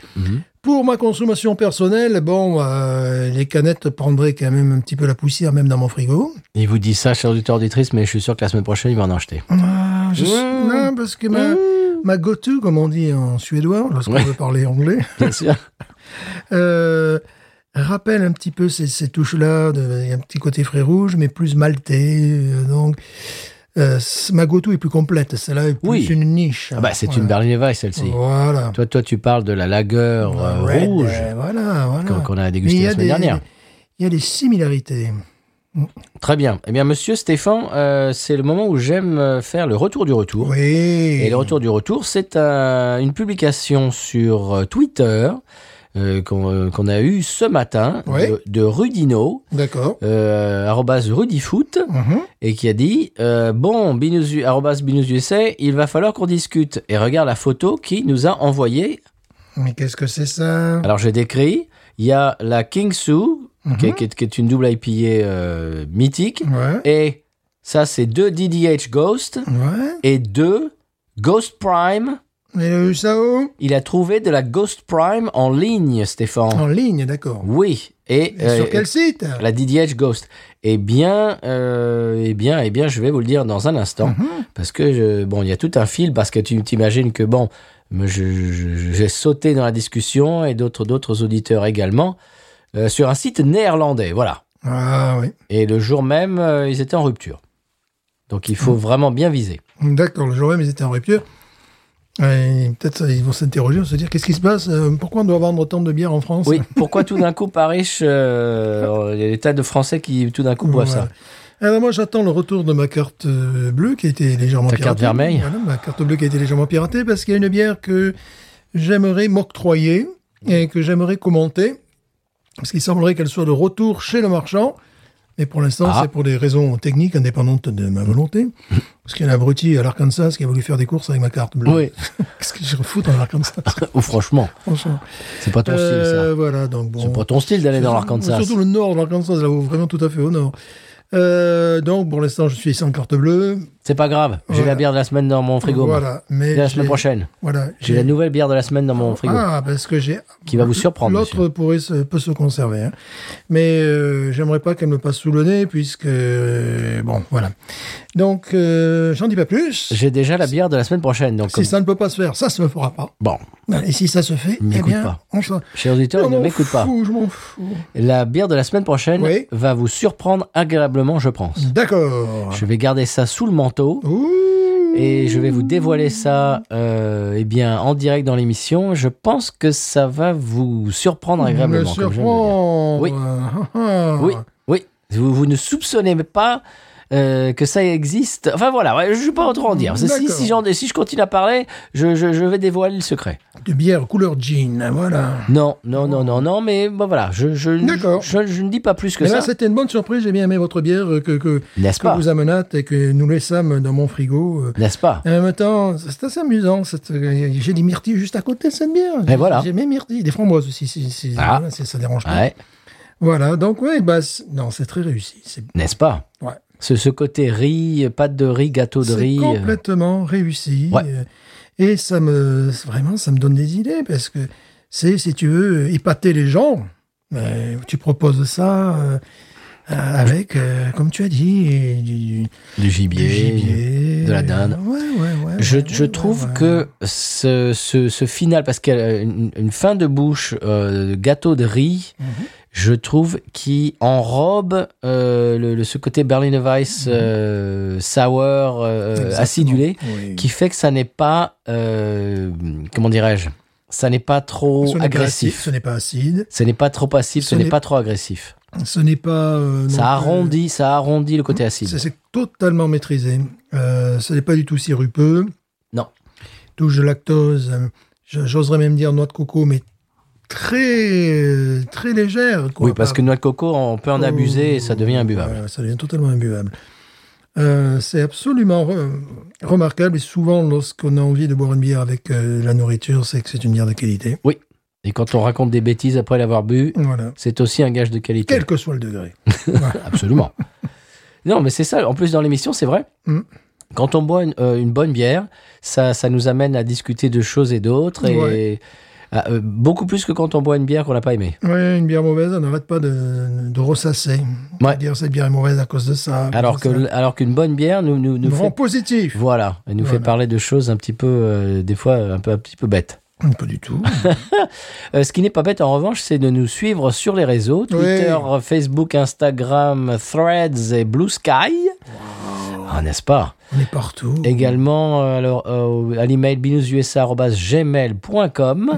Speaker 2: Pour ma consommation personnelle, bon, euh, les canettes prendraient quand même un petit peu la poussière, même dans mon frigo.
Speaker 1: Il vous dit ça, chers auditeurs auditrices, mais je suis sûr que la semaine prochaine, il va en acheter.
Speaker 2: Ah, je- Ah.
Speaker 1: Mmh.
Speaker 2: Non, parce que ma, ma go-to, comme on dit en suédois, lorsqu'on
Speaker 1: Ouais.
Speaker 2: veut parler anglais,
Speaker 1: Bien sûr.
Speaker 2: euh, rappelle un petit peu ces, ces touches-là, de- il y a un petit côté frais rouge, mais plus maltais. euh, donc, euh, c- ma go-to est plus complète. Celle-là est plus
Speaker 1: Oui.
Speaker 2: une niche. hein.
Speaker 1: Ah bah, c'est une
Speaker 2: Voilà.
Speaker 1: Berliner Weiss, celle-ci.
Speaker 2: Voilà.
Speaker 1: Toi, toi, tu parles de la lagueur
Speaker 2: Red,
Speaker 1: rouge
Speaker 2: euh, Voilà, voilà.
Speaker 1: qu'on- qu'on a
Speaker 2: Mais il
Speaker 1: dégustée
Speaker 2: y
Speaker 1: la
Speaker 2: a
Speaker 1: semaine
Speaker 2: des-
Speaker 1: dernière.
Speaker 2: Il y a des similarités.
Speaker 1: Très bien. Eh bien, monsieur Stéphane, euh, c'est le moment où j'aime euh, faire le retour du retour.
Speaker 2: Oui.
Speaker 1: Et le retour du retour, c'est un- une publication sur euh, Twitter euh, qu'on euh, qu'on a eue ce matin
Speaker 2: Ouais.
Speaker 1: de, de Rudino,
Speaker 2: D'accord.
Speaker 1: euh, arrobase rudifoot,
Speaker 2: Mhm.
Speaker 1: et qui a dit euh, Bon, Binous, arrobase binoususa, il va falloir qu'on discute. Et regarde la photo qui nous a envoyé
Speaker 2: Mais qu'est-ce que c'est ça
Speaker 1: Alors, j'ai décrit. Il y a la King Su,
Speaker 2: Mhm.
Speaker 1: qui, est- qui est, qui est une double IPA euh, mythique.
Speaker 2: Ouais.
Speaker 1: Et ça, c'est deux DDH Ghost
Speaker 2: Ouais.
Speaker 1: et deux Ghost Prime.
Speaker 2: Mais le USAO
Speaker 1: Il a trouvé de la Ghost Prime en ligne, Stéphane.
Speaker 2: En ligne, d'accord.
Speaker 1: Ah. Oui. Et,
Speaker 2: Et sur
Speaker 1: euh,
Speaker 2: quel site
Speaker 1: la DDH Ghost. Eh bien, euh, eh bien, eh bien, je vais vous le dire dans un instant,
Speaker 2: Mhm.
Speaker 1: parce que je- bon, il y a tout un fil, parce que tu t'imagines que bon, me- je- je- je- j'ai sauté dans la discussion et d'autres d'autres auditeurs également euh, sur un site néerlandais, voilà.
Speaker 2: Ah oui.
Speaker 1: Et le jour même, euh, ils étaient en rupture. Donc il faut
Speaker 2: Mhm.
Speaker 1: vraiment bien viser.
Speaker 2: D'accord, le jour même, ils étaient en rupture. Et Peut-être euh, ils vont s'interroger, se dire qu'est-ce qui se passe euh, Pourquoi on doit vendre autant de bière en France
Speaker 1: Oui. Pourquoi tout d'un coup Paris, euh, il y a des tas de Français qui tout d'un coup boivent
Speaker 2: Voilà.
Speaker 1: ça.
Speaker 2: Alors moi j'attends le retour de ma carte euh, bleue qui a été légèrement
Speaker 1: Ta
Speaker 2: piratée.
Speaker 1: carte vermeille.
Speaker 2: Voilà, ma carte bleue qui a été légèrement piratée parce qu'il y a une bière que j'aimerais m'octroyer et que j'aimerais commenter parce qu'il semblerait qu'elle soit de retour chez le marchand. Mais pour l'instant,
Speaker 1: Ah.
Speaker 2: c'est pour des raisons techniques indépendantes de ma volonté. Parce qu'il y a un abruti à l'Arkansas qui a voulu faire des courses avec ma carte bleue.
Speaker 1: Oui.
Speaker 2: Qu'est-ce que je refous dans l'Arkansas,
Speaker 1: Ou franchement,
Speaker 2: franchement.
Speaker 1: c'est pas ton style ça.
Speaker 2: Euh, voilà, donc bon.
Speaker 1: C'est pas ton style d'aller dans l'Arkansas.
Speaker 2: Surtout le nord de l'Arkansas, là, où vraiment tout à fait au nord. Euh, donc, pour l'instant, je suis sans carte bleue.
Speaker 1: C'est pas grave, j'ai
Speaker 2: Voilà.
Speaker 1: la bière de la semaine dans mon frigo. moi.
Speaker 2: Voilà. Mais
Speaker 1: la
Speaker 2: j'ai-
Speaker 1: semaine prochaine.
Speaker 2: Voilà.
Speaker 1: J'ai la nouvelle bière de la semaine dans mon frigo.
Speaker 2: Ah, parce que j'ai.
Speaker 1: Qui va vous surprendre,
Speaker 2: L'autre
Speaker 1: monsieur.
Speaker 2: pourrait se, peut se conserver. hein. Mais euh, j'aimerais pas qu'elle me passe sous le nez, puisque. euh, bon, voilà. Donc, euh, j'en dis pas plus.
Speaker 1: J'ai déjà la bière de la semaine prochaine. Donc,
Speaker 2: Si ça ne peut pas se faire, ça se me fera pas.
Speaker 1: bon,
Speaker 2: Et si ça se fait, eh
Speaker 1: M'écoute
Speaker 2: bien,
Speaker 1: pas.
Speaker 2: on se.
Speaker 1: chers auditeurs,
Speaker 2: Je
Speaker 1: ne
Speaker 2: m'en
Speaker 1: m'écoute pas.
Speaker 2: fous, Je m'en fous.
Speaker 1: La bière de la semaine prochaine
Speaker 2: Oui.
Speaker 1: va vous surprendre agréablement, je pense.
Speaker 2: D'accord.
Speaker 1: Je vais garder ça sous le manteau
Speaker 2: Ouh.
Speaker 1: et je vais vous dévoiler ça euh, eh bien, en direct dans l'émission. Je pense que ça va vous surprendre
Speaker 2: Me Oh,
Speaker 1: agréablement. comme j'aime le dire.
Speaker 2: surprendre.
Speaker 1: Oui.
Speaker 2: Ah, ah.
Speaker 1: Oui, oui. Vous, vous ne soupçonnez pas euh, que ça existe. Enfin voilà, ouais, je ne vais pas trop en dire. Parce que Si,
Speaker 2: D'accord.
Speaker 1: si, j'en- si je continue à parler, je, je- je vais dévoiler le secret.
Speaker 2: De bière couleur jean, voilà.
Speaker 1: Non, non, non, non, non, mais bah, voilà, je, je,
Speaker 2: D'accord.
Speaker 1: je, je ne dis pas plus que
Speaker 2: Mais
Speaker 1: ça.
Speaker 2: là, Eh ben, c'était une bonne surprise. J'ai bien aimé votre bière euh, que, que,
Speaker 1: N'est-ce
Speaker 2: que
Speaker 1: pas
Speaker 2: vous amenâtes et que nous laissâmes dans mon frigo. euh.
Speaker 1: N'est-ce pas
Speaker 2: Et en même temps, c'est assez amusant. cette- euh, J'ai des myrtilles juste à côté de cette bière.
Speaker 1: Et voilà.
Speaker 2: J'ai mes myrtilles, des framboises aussi. si- si-
Speaker 1: Ah.
Speaker 2: voilà, si ça dérange pas.
Speaker 1: Ouais,
Speaker 2: Voilà, donc oui, bah, c'est- non, c'est très réussi. C'est
Speaker 1: n'est-ce pas
Speaker 2: ouais.
Speaker 1: ce, ce côté riz, pâte de riz, gâteau de
Speaker 2: C'est
Speaker 1: riz. euh,
Speaker 2: complètement réussi.
Speaker 1: Ouais.
Speaker 2: Euh, Et ça me, vraiment, ça me donne des idées parce que c'est, si tu veux, euh, épater les gens. euh, tu proposes ça euh, avec, euh, comme tu as dit, du, du
Speaker 1: du gibier.
Speaker 2: gibier, euh,
Speaker 1: de la dinde.
Speaker 2: Ouais, ouais, ouais,
Speaker 1: Je,
Speaker 2: ouais,
Speaker 1: je
Speaker 2: ouais,
Speaker 1: trouve
Speaker 2: ouais.
Speaker 1: que ce, ce, ce final, parce qu'elle a une, une fin de bouche euh, de gâteau de riz,
Speaker 2: Mhm.
Speaker 1: je trouve qui enrobe euh, le, le- ce côté Berliner Weiss euh, sour euh,
Speaker 2: Mhm. Exactement.
Speaker 1: acidulé,
Speaker 2: Oui.
Speaker 1: qui fait que ça n'est pas, euh, comment dirais-je, ça n'est pas
Speaker 2: Ce
Speaker 1: trop
Speaker 2: n'est pas acide,
Speaker 1: agressif.
Speaker 2: ce n'est pas acide.
Speaker 1: Ce n'est pas trop passif, ce
Speaker 2: Ce
Speaker 1: n'est
Speaker 2: n'est-
Speaker 1: pas trop agressif.
Speaker 2: Ce n'est pas. euh, non plus-
Speaker 1: Ça arrondit, ça arrondit le côté acide.
Speaker 2: C'est c'est totalement maîtrisé. Euh, ce n'est pas du tout sirupeux.
Speaker 1: Non.
Speaker 2: Touche de lactose. euh, je- J'oserais même dire noix de coco, mais très, euh, très légère. quoi.
Speaker 1: Oui, parce que noix de coco, on peut en
Speaker 2: Oh,
Speaker 1: abuser et ça devient imbuvable.
Speaker 2: voilà, ça devient totalement imbuvable. Euh, c'est absolument re- remarquable et souvent lorsqu'on a envie de boire une bière avec euh, la nourriture, c'est que c'est une bière de qualité.
Speaker 1: Et quand on raconte des bêtises après l'avoir bu,
Speaker 2: Voilà.
Speaker 1: c'est aussi un gage de qualité.
Speaker 2: Quel que soit le degré.
Speaker 1: Absolument. non, mais c'est ça. En plus, dans l'émission, c'est vrai.
Speaker 2: Mm.
Speaker 1: Quand on boit une, euh, une bonne bière, ça, ça nous amène à discuter de choses et d'autres. Et
Speaker 2: Ouais.
Speaker 1: Ah, euh, beaucoup plus que quand on boit une bière qu'on n'a pas aimée.
Speaker 2: Ouais, une bière mauvaise, on n'arrête pas de, de ressasser.
Speaker 1: Ouais.
Speaker 2: De Dire cette bière est mauvaise à cause de ça. à cause
Speaker 1: Alors
Speaker 2: de
Speaker 1: que,
Speaker 2: ça.
Speaker 1: l- alors qu'une bonne bière nous, nous, nous
Speaker 2: nous rend
Speaker 1: fait,
Speaker 2: positif.
Speaker 1: voilà, elle nous fait
Speaker 2: Voilà.
Speaker 1: parler de choses un petit peu, euh, des fois, un peu, un petit peu bêtes.
Speaker 2: Pas du tout.
Speaker 1: Euh, ce qui n'est pas bête en revanche, c'est de nous suivre sur les réseaux Twitter, Facebook, Instagram, Threads et Blue Sky. Ah, n'est-ce pas
Speaker 2: On est partout.
Speaker 1: Également euh, alors, euh, à l'email binoususa.gmail.com.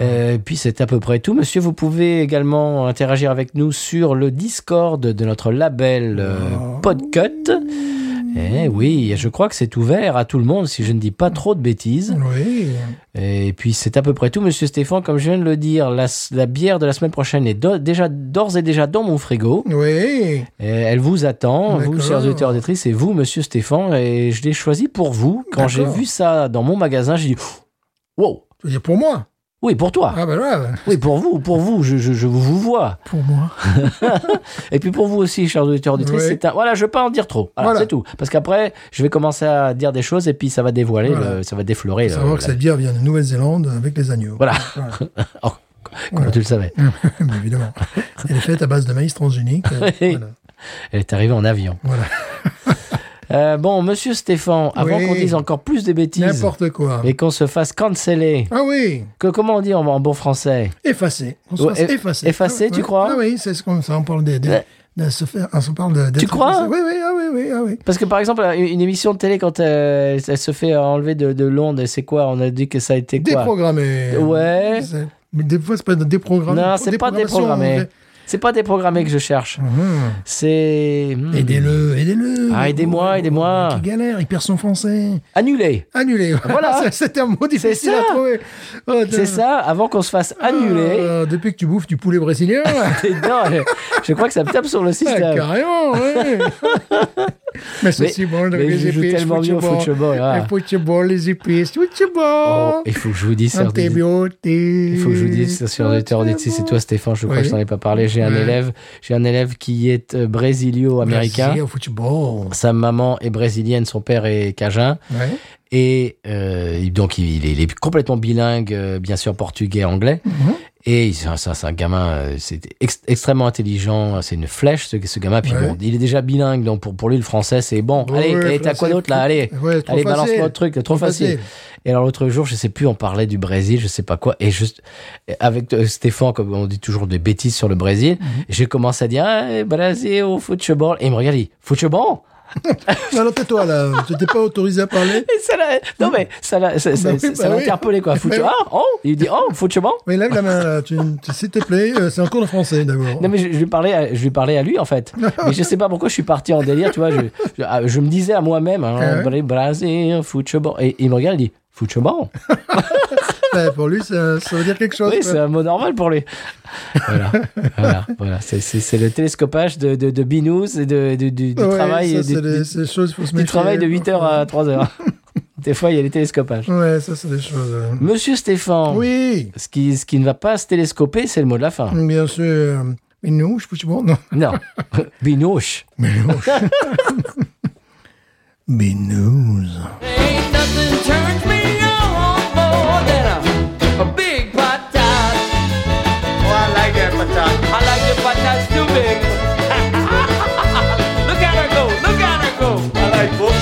Speaker 1: Euh, puis c'est à peu près tout. Monsieur, vous pouvez également interagir avec nous sur le Discord de notre label euh, Podcut. Eh oui, et je crois que c'est ouvert à tout le monde si je ne dis pas trop de bêtises.
Speaker 2: Oui.
Speaker 1: Et puis c'est à peu près tout, monsieur Stéphane. Comme je viens de le dire, la, s- la bière de la semaine prochaine est do- déjà d'ores et déjà dans mon frigo.
Speaker 2: Oui.
Speaker 1: Et elle vous attend, vous,
Speaker 2: D'accord.
Speaker 1: chers auditeurs auditrices, et vous, monsieur Stéphane, et je l'ai choisi pour vous. Quand j'ai
Speaker 2: D'accord.
Speaker 1: vu ça dans mon magasin, j'ai dit Wow
Speaker 2: Tu veux dire pour moi
Speaker 1: Oui, pour toi
Speaker 2: Ah, ben là.
Speaker 1: Oui, pour vous, pour vous, je, je, je vous vois.
Speaker 2: Pour moi.
Speaker 1: Et puis pour vous aussi, chers auditeurs auditrices,
Speaker 2: Oui.
Speaker 1: c'est un. Voilà, je ne veux pas en dire trop. Voilà,
Speaker 2: Voilà.
Speaker 1: c'est tout. Parce qu'après, je vais commencer à dire des choses, et puis ça va dévoiler,
Speaker 2: Voilà.
Speaker 1: le- ça va déflorer. le-
Speaker 2: savoir que
Speaker 1: la-
Speaker 2: cette bière vient de Nouvelle-Zélande avec les agneaux.
Speaker 1: Voilà.
Speaker 2: Voilà.
Speaker 1: Oh, comment
Speaker 2: Voilà.
Speaker 1: tu le savais
Speaker 2: Mais évidemment. Elle est faite à base de maïs transgénique. euh,
Speaker 1: Oui.
Speaker 2: voilà.
Speaker 1: Elle est arrivée en avion.
Speaker 2: Voilà.
Speaker 1: Euh, bon, monsieur Stéphane, avant
Speaker 2: Oui.
Speaker 1: qu'on dise encore plus de bêtises
Speaker 2: N'importe quoi.
Speaker 1: et qu'on se fasse canceller,
Speaker 2: Ah oui,
Speaker 1: que, comment on dit en- en bon français
Speaker 2: effacé. On se
Speaker 1: Ouais,
Speaker 2: fasse
Speaker 1: eff-
Speaker 2: effacer.
Speaker 1: effacer,
Speaker 2: Ah,
Speaker 1: tu
Speaker 2: ouais.
Speaker 1: crois
Speaker 2: Ah oui, c'est ce qu'on ça, on parle des. des-
Speaker 1: Ouais.
Speaker 2: de se faire, on se parle de, d'être
Speaker 1: crois
Speaker 2: effacé. Oui, oui, ah oui, oui, ah oui.
Speaker 1: Parce que par exemple, une une émission de télé, quand euh, elle, se fait enlever de, de l'onde, c'est quoi On a dit que ça a été quoi
Speaker 2: Déprogrammé.
Speaker 1: Ouais.
Speaker 2: C'est- Mais des fois, c'est pas déprogrammé.
Speaker 1: Non, c'est pas déprogrammé. C'est pas déprogrammé que je cherche. C'est. hmm,
Speaker 2: Aidez-le, aidez-le.
Speaker 1: Ah, aidez-moi, aidez-moi.
Speaker 2: Qui galère, il perd son français.
Speaker 1: Annulé
Speaker 2: Annulé.
Speaker 1: Voilà.
Speaker 2: C'est- C'était un mot difficile
Speaker 1: ça.
Speaker 2: à trouver. Oh,
Speaker 1: C'est ça, avant qu'on se fasse
Speaker 2: Ah,
Speaker 1: annuler.
Speaker 2: euh, depuis que tu bouffes du poulet brésilien. ah,
Speaker 1: Et non, je, je crois que ça me tape sur le système.
Speaker 2: carrément, ouais. mais c'est si bon,
Speaker 1: mais
Speaker 2: les
Speaker 1: je joue
Speaker 2: épices,
Speaker 1: tellement bien au football, ah.
Speaker 2: Le football, les épices,
Speaker 1: Oh,
Speaker 2: football.
Speaker 1: il faut que je vous dise, sur-
Speaker 2: Antibiotiques.
Speaker 1: il faut que je vous dise, sur- sur auditeur auditif, c'est toi Stéphane, je crois
Speaker 2: Oui.
Speaker 1: que je t'en ai pas parlé. J'ai un
Speaker 2: Ouais.
Speaker 1: élève, j'ai un élève qui est euh,
Speaker 2: Brésilien,
Speaker 1: brésilio-américain.
Speaker 2: Au football.
Speaker 1: Sa maman est brésilienne, son père est cajun.
Speaker 2: Ouais.
Speaker 1: Et euh, donc, il, est- il est complètement bilingue, euh, bien sûr, portugais, anglais.
Speaker 2: Mhm.
Speaker 1: Et il- c'est un, c'est un- c'est un gamin, euh, c'est ex- extrêmement intelligent, c'est une flèche, ce, ce gamin. Puis
Speaker 2: Ouais.
Speaker 1: bon, il est déjà bilingue, donc pour, pour lui, le français, c'est bon.
Speaker 2: Ouais,
Speaker 1: allez,
Speaker 2: ouais,
Speaker 1: allez, t'as quoi
Speaker 2: français,
Speaker 1: d'autre là Allez,
Speaker 2: Eh Ouais, trop
Speaker 1: allez balance
Speaker 2: facile.
Speaker 1: moi autre truc, trop, facile. Et alors, l'autre jour, je sais plus, on parlait du Brésil, je sais pas quoi. Et juste, avec euh, Stéphane, comme on dit toujours des
Speaker 2: Mhm.
Speaker 1: bêtises sur le Brésil, j'ai commencé à dire, ah, Brésil au football. Et il me regarde, il dit, football
Speaker 2: Non, alors tais-toi là, tu t'es pas autorisé à parler.
Speaker 1: Et ça l'a- Non, mais ça l'a ça- ça-
Speaker 2: Bah oui,
Speaker 1: ça
Speaker 2: bah
Speaker 1: l'a
Speaker 2: oui.
Speaker 1: interpellé, quoi. Foutu.
Speaker 2: Bah oui.
Speaker 1: Ah, oh Il dit, oh, foutu bon
Speaker 2: Mais lève la main là, tu, tu- s'il te plaît, euh, c'est un cours de français d'abord.
Speaker 1: Non mais je, je lui parlais, à, je lui parlais à lui en fait. mais je sais pas pourquoi je suis parti en délire, tu vois. Je, je, ah, je me disais à moi-même, hein,
Speaker 2: Ah
Speaker 1: Brésil, football. Et il me regarde, il dit football.
Speaker 2: Ouais, Eh, pour lui, ça, ça veut dire quelque chose.
Speaker 1: Oui,
Speaker 2: quoi.
Speaker 1: c'est un mot normal pour lui. Voilà, voilà, voilà. C'est- C'est c'est le télescopage de, de, de Binous et de, de- du, du
Speaker 2: Ouais,
Speaker 1: travail,
Speaker 2: ça,
Speaker 1: et du,
Speaker 2: c'est des,
Speaker 1: du-
Speaker 2: c'est des choses, faut se
Speaker 1: du
Speaker 2: méfier.
Speaker 1: travail de 8h à 3h. Des fois, il y a les télescopages.
Speaker 2: Ouais, ça, c'est des choses. euh.
Speaker 1: Monsieur Stéphane,
Speaker 2: Oui,
Speaker 1: ce, qui, ce qui ne va pas se télescoper, c'est le mot de la fin.
Speaker 2: bien sûr. Mais nous, je peux bon, non.
Speaker 1: Non, Binouche.
Speaker 2: Mais nous.
Speaker 3: Ain't nothing turns me on more than a, a big patat. Oh, I like that patat. I like the patats too big. look at her go, look at her go. I like both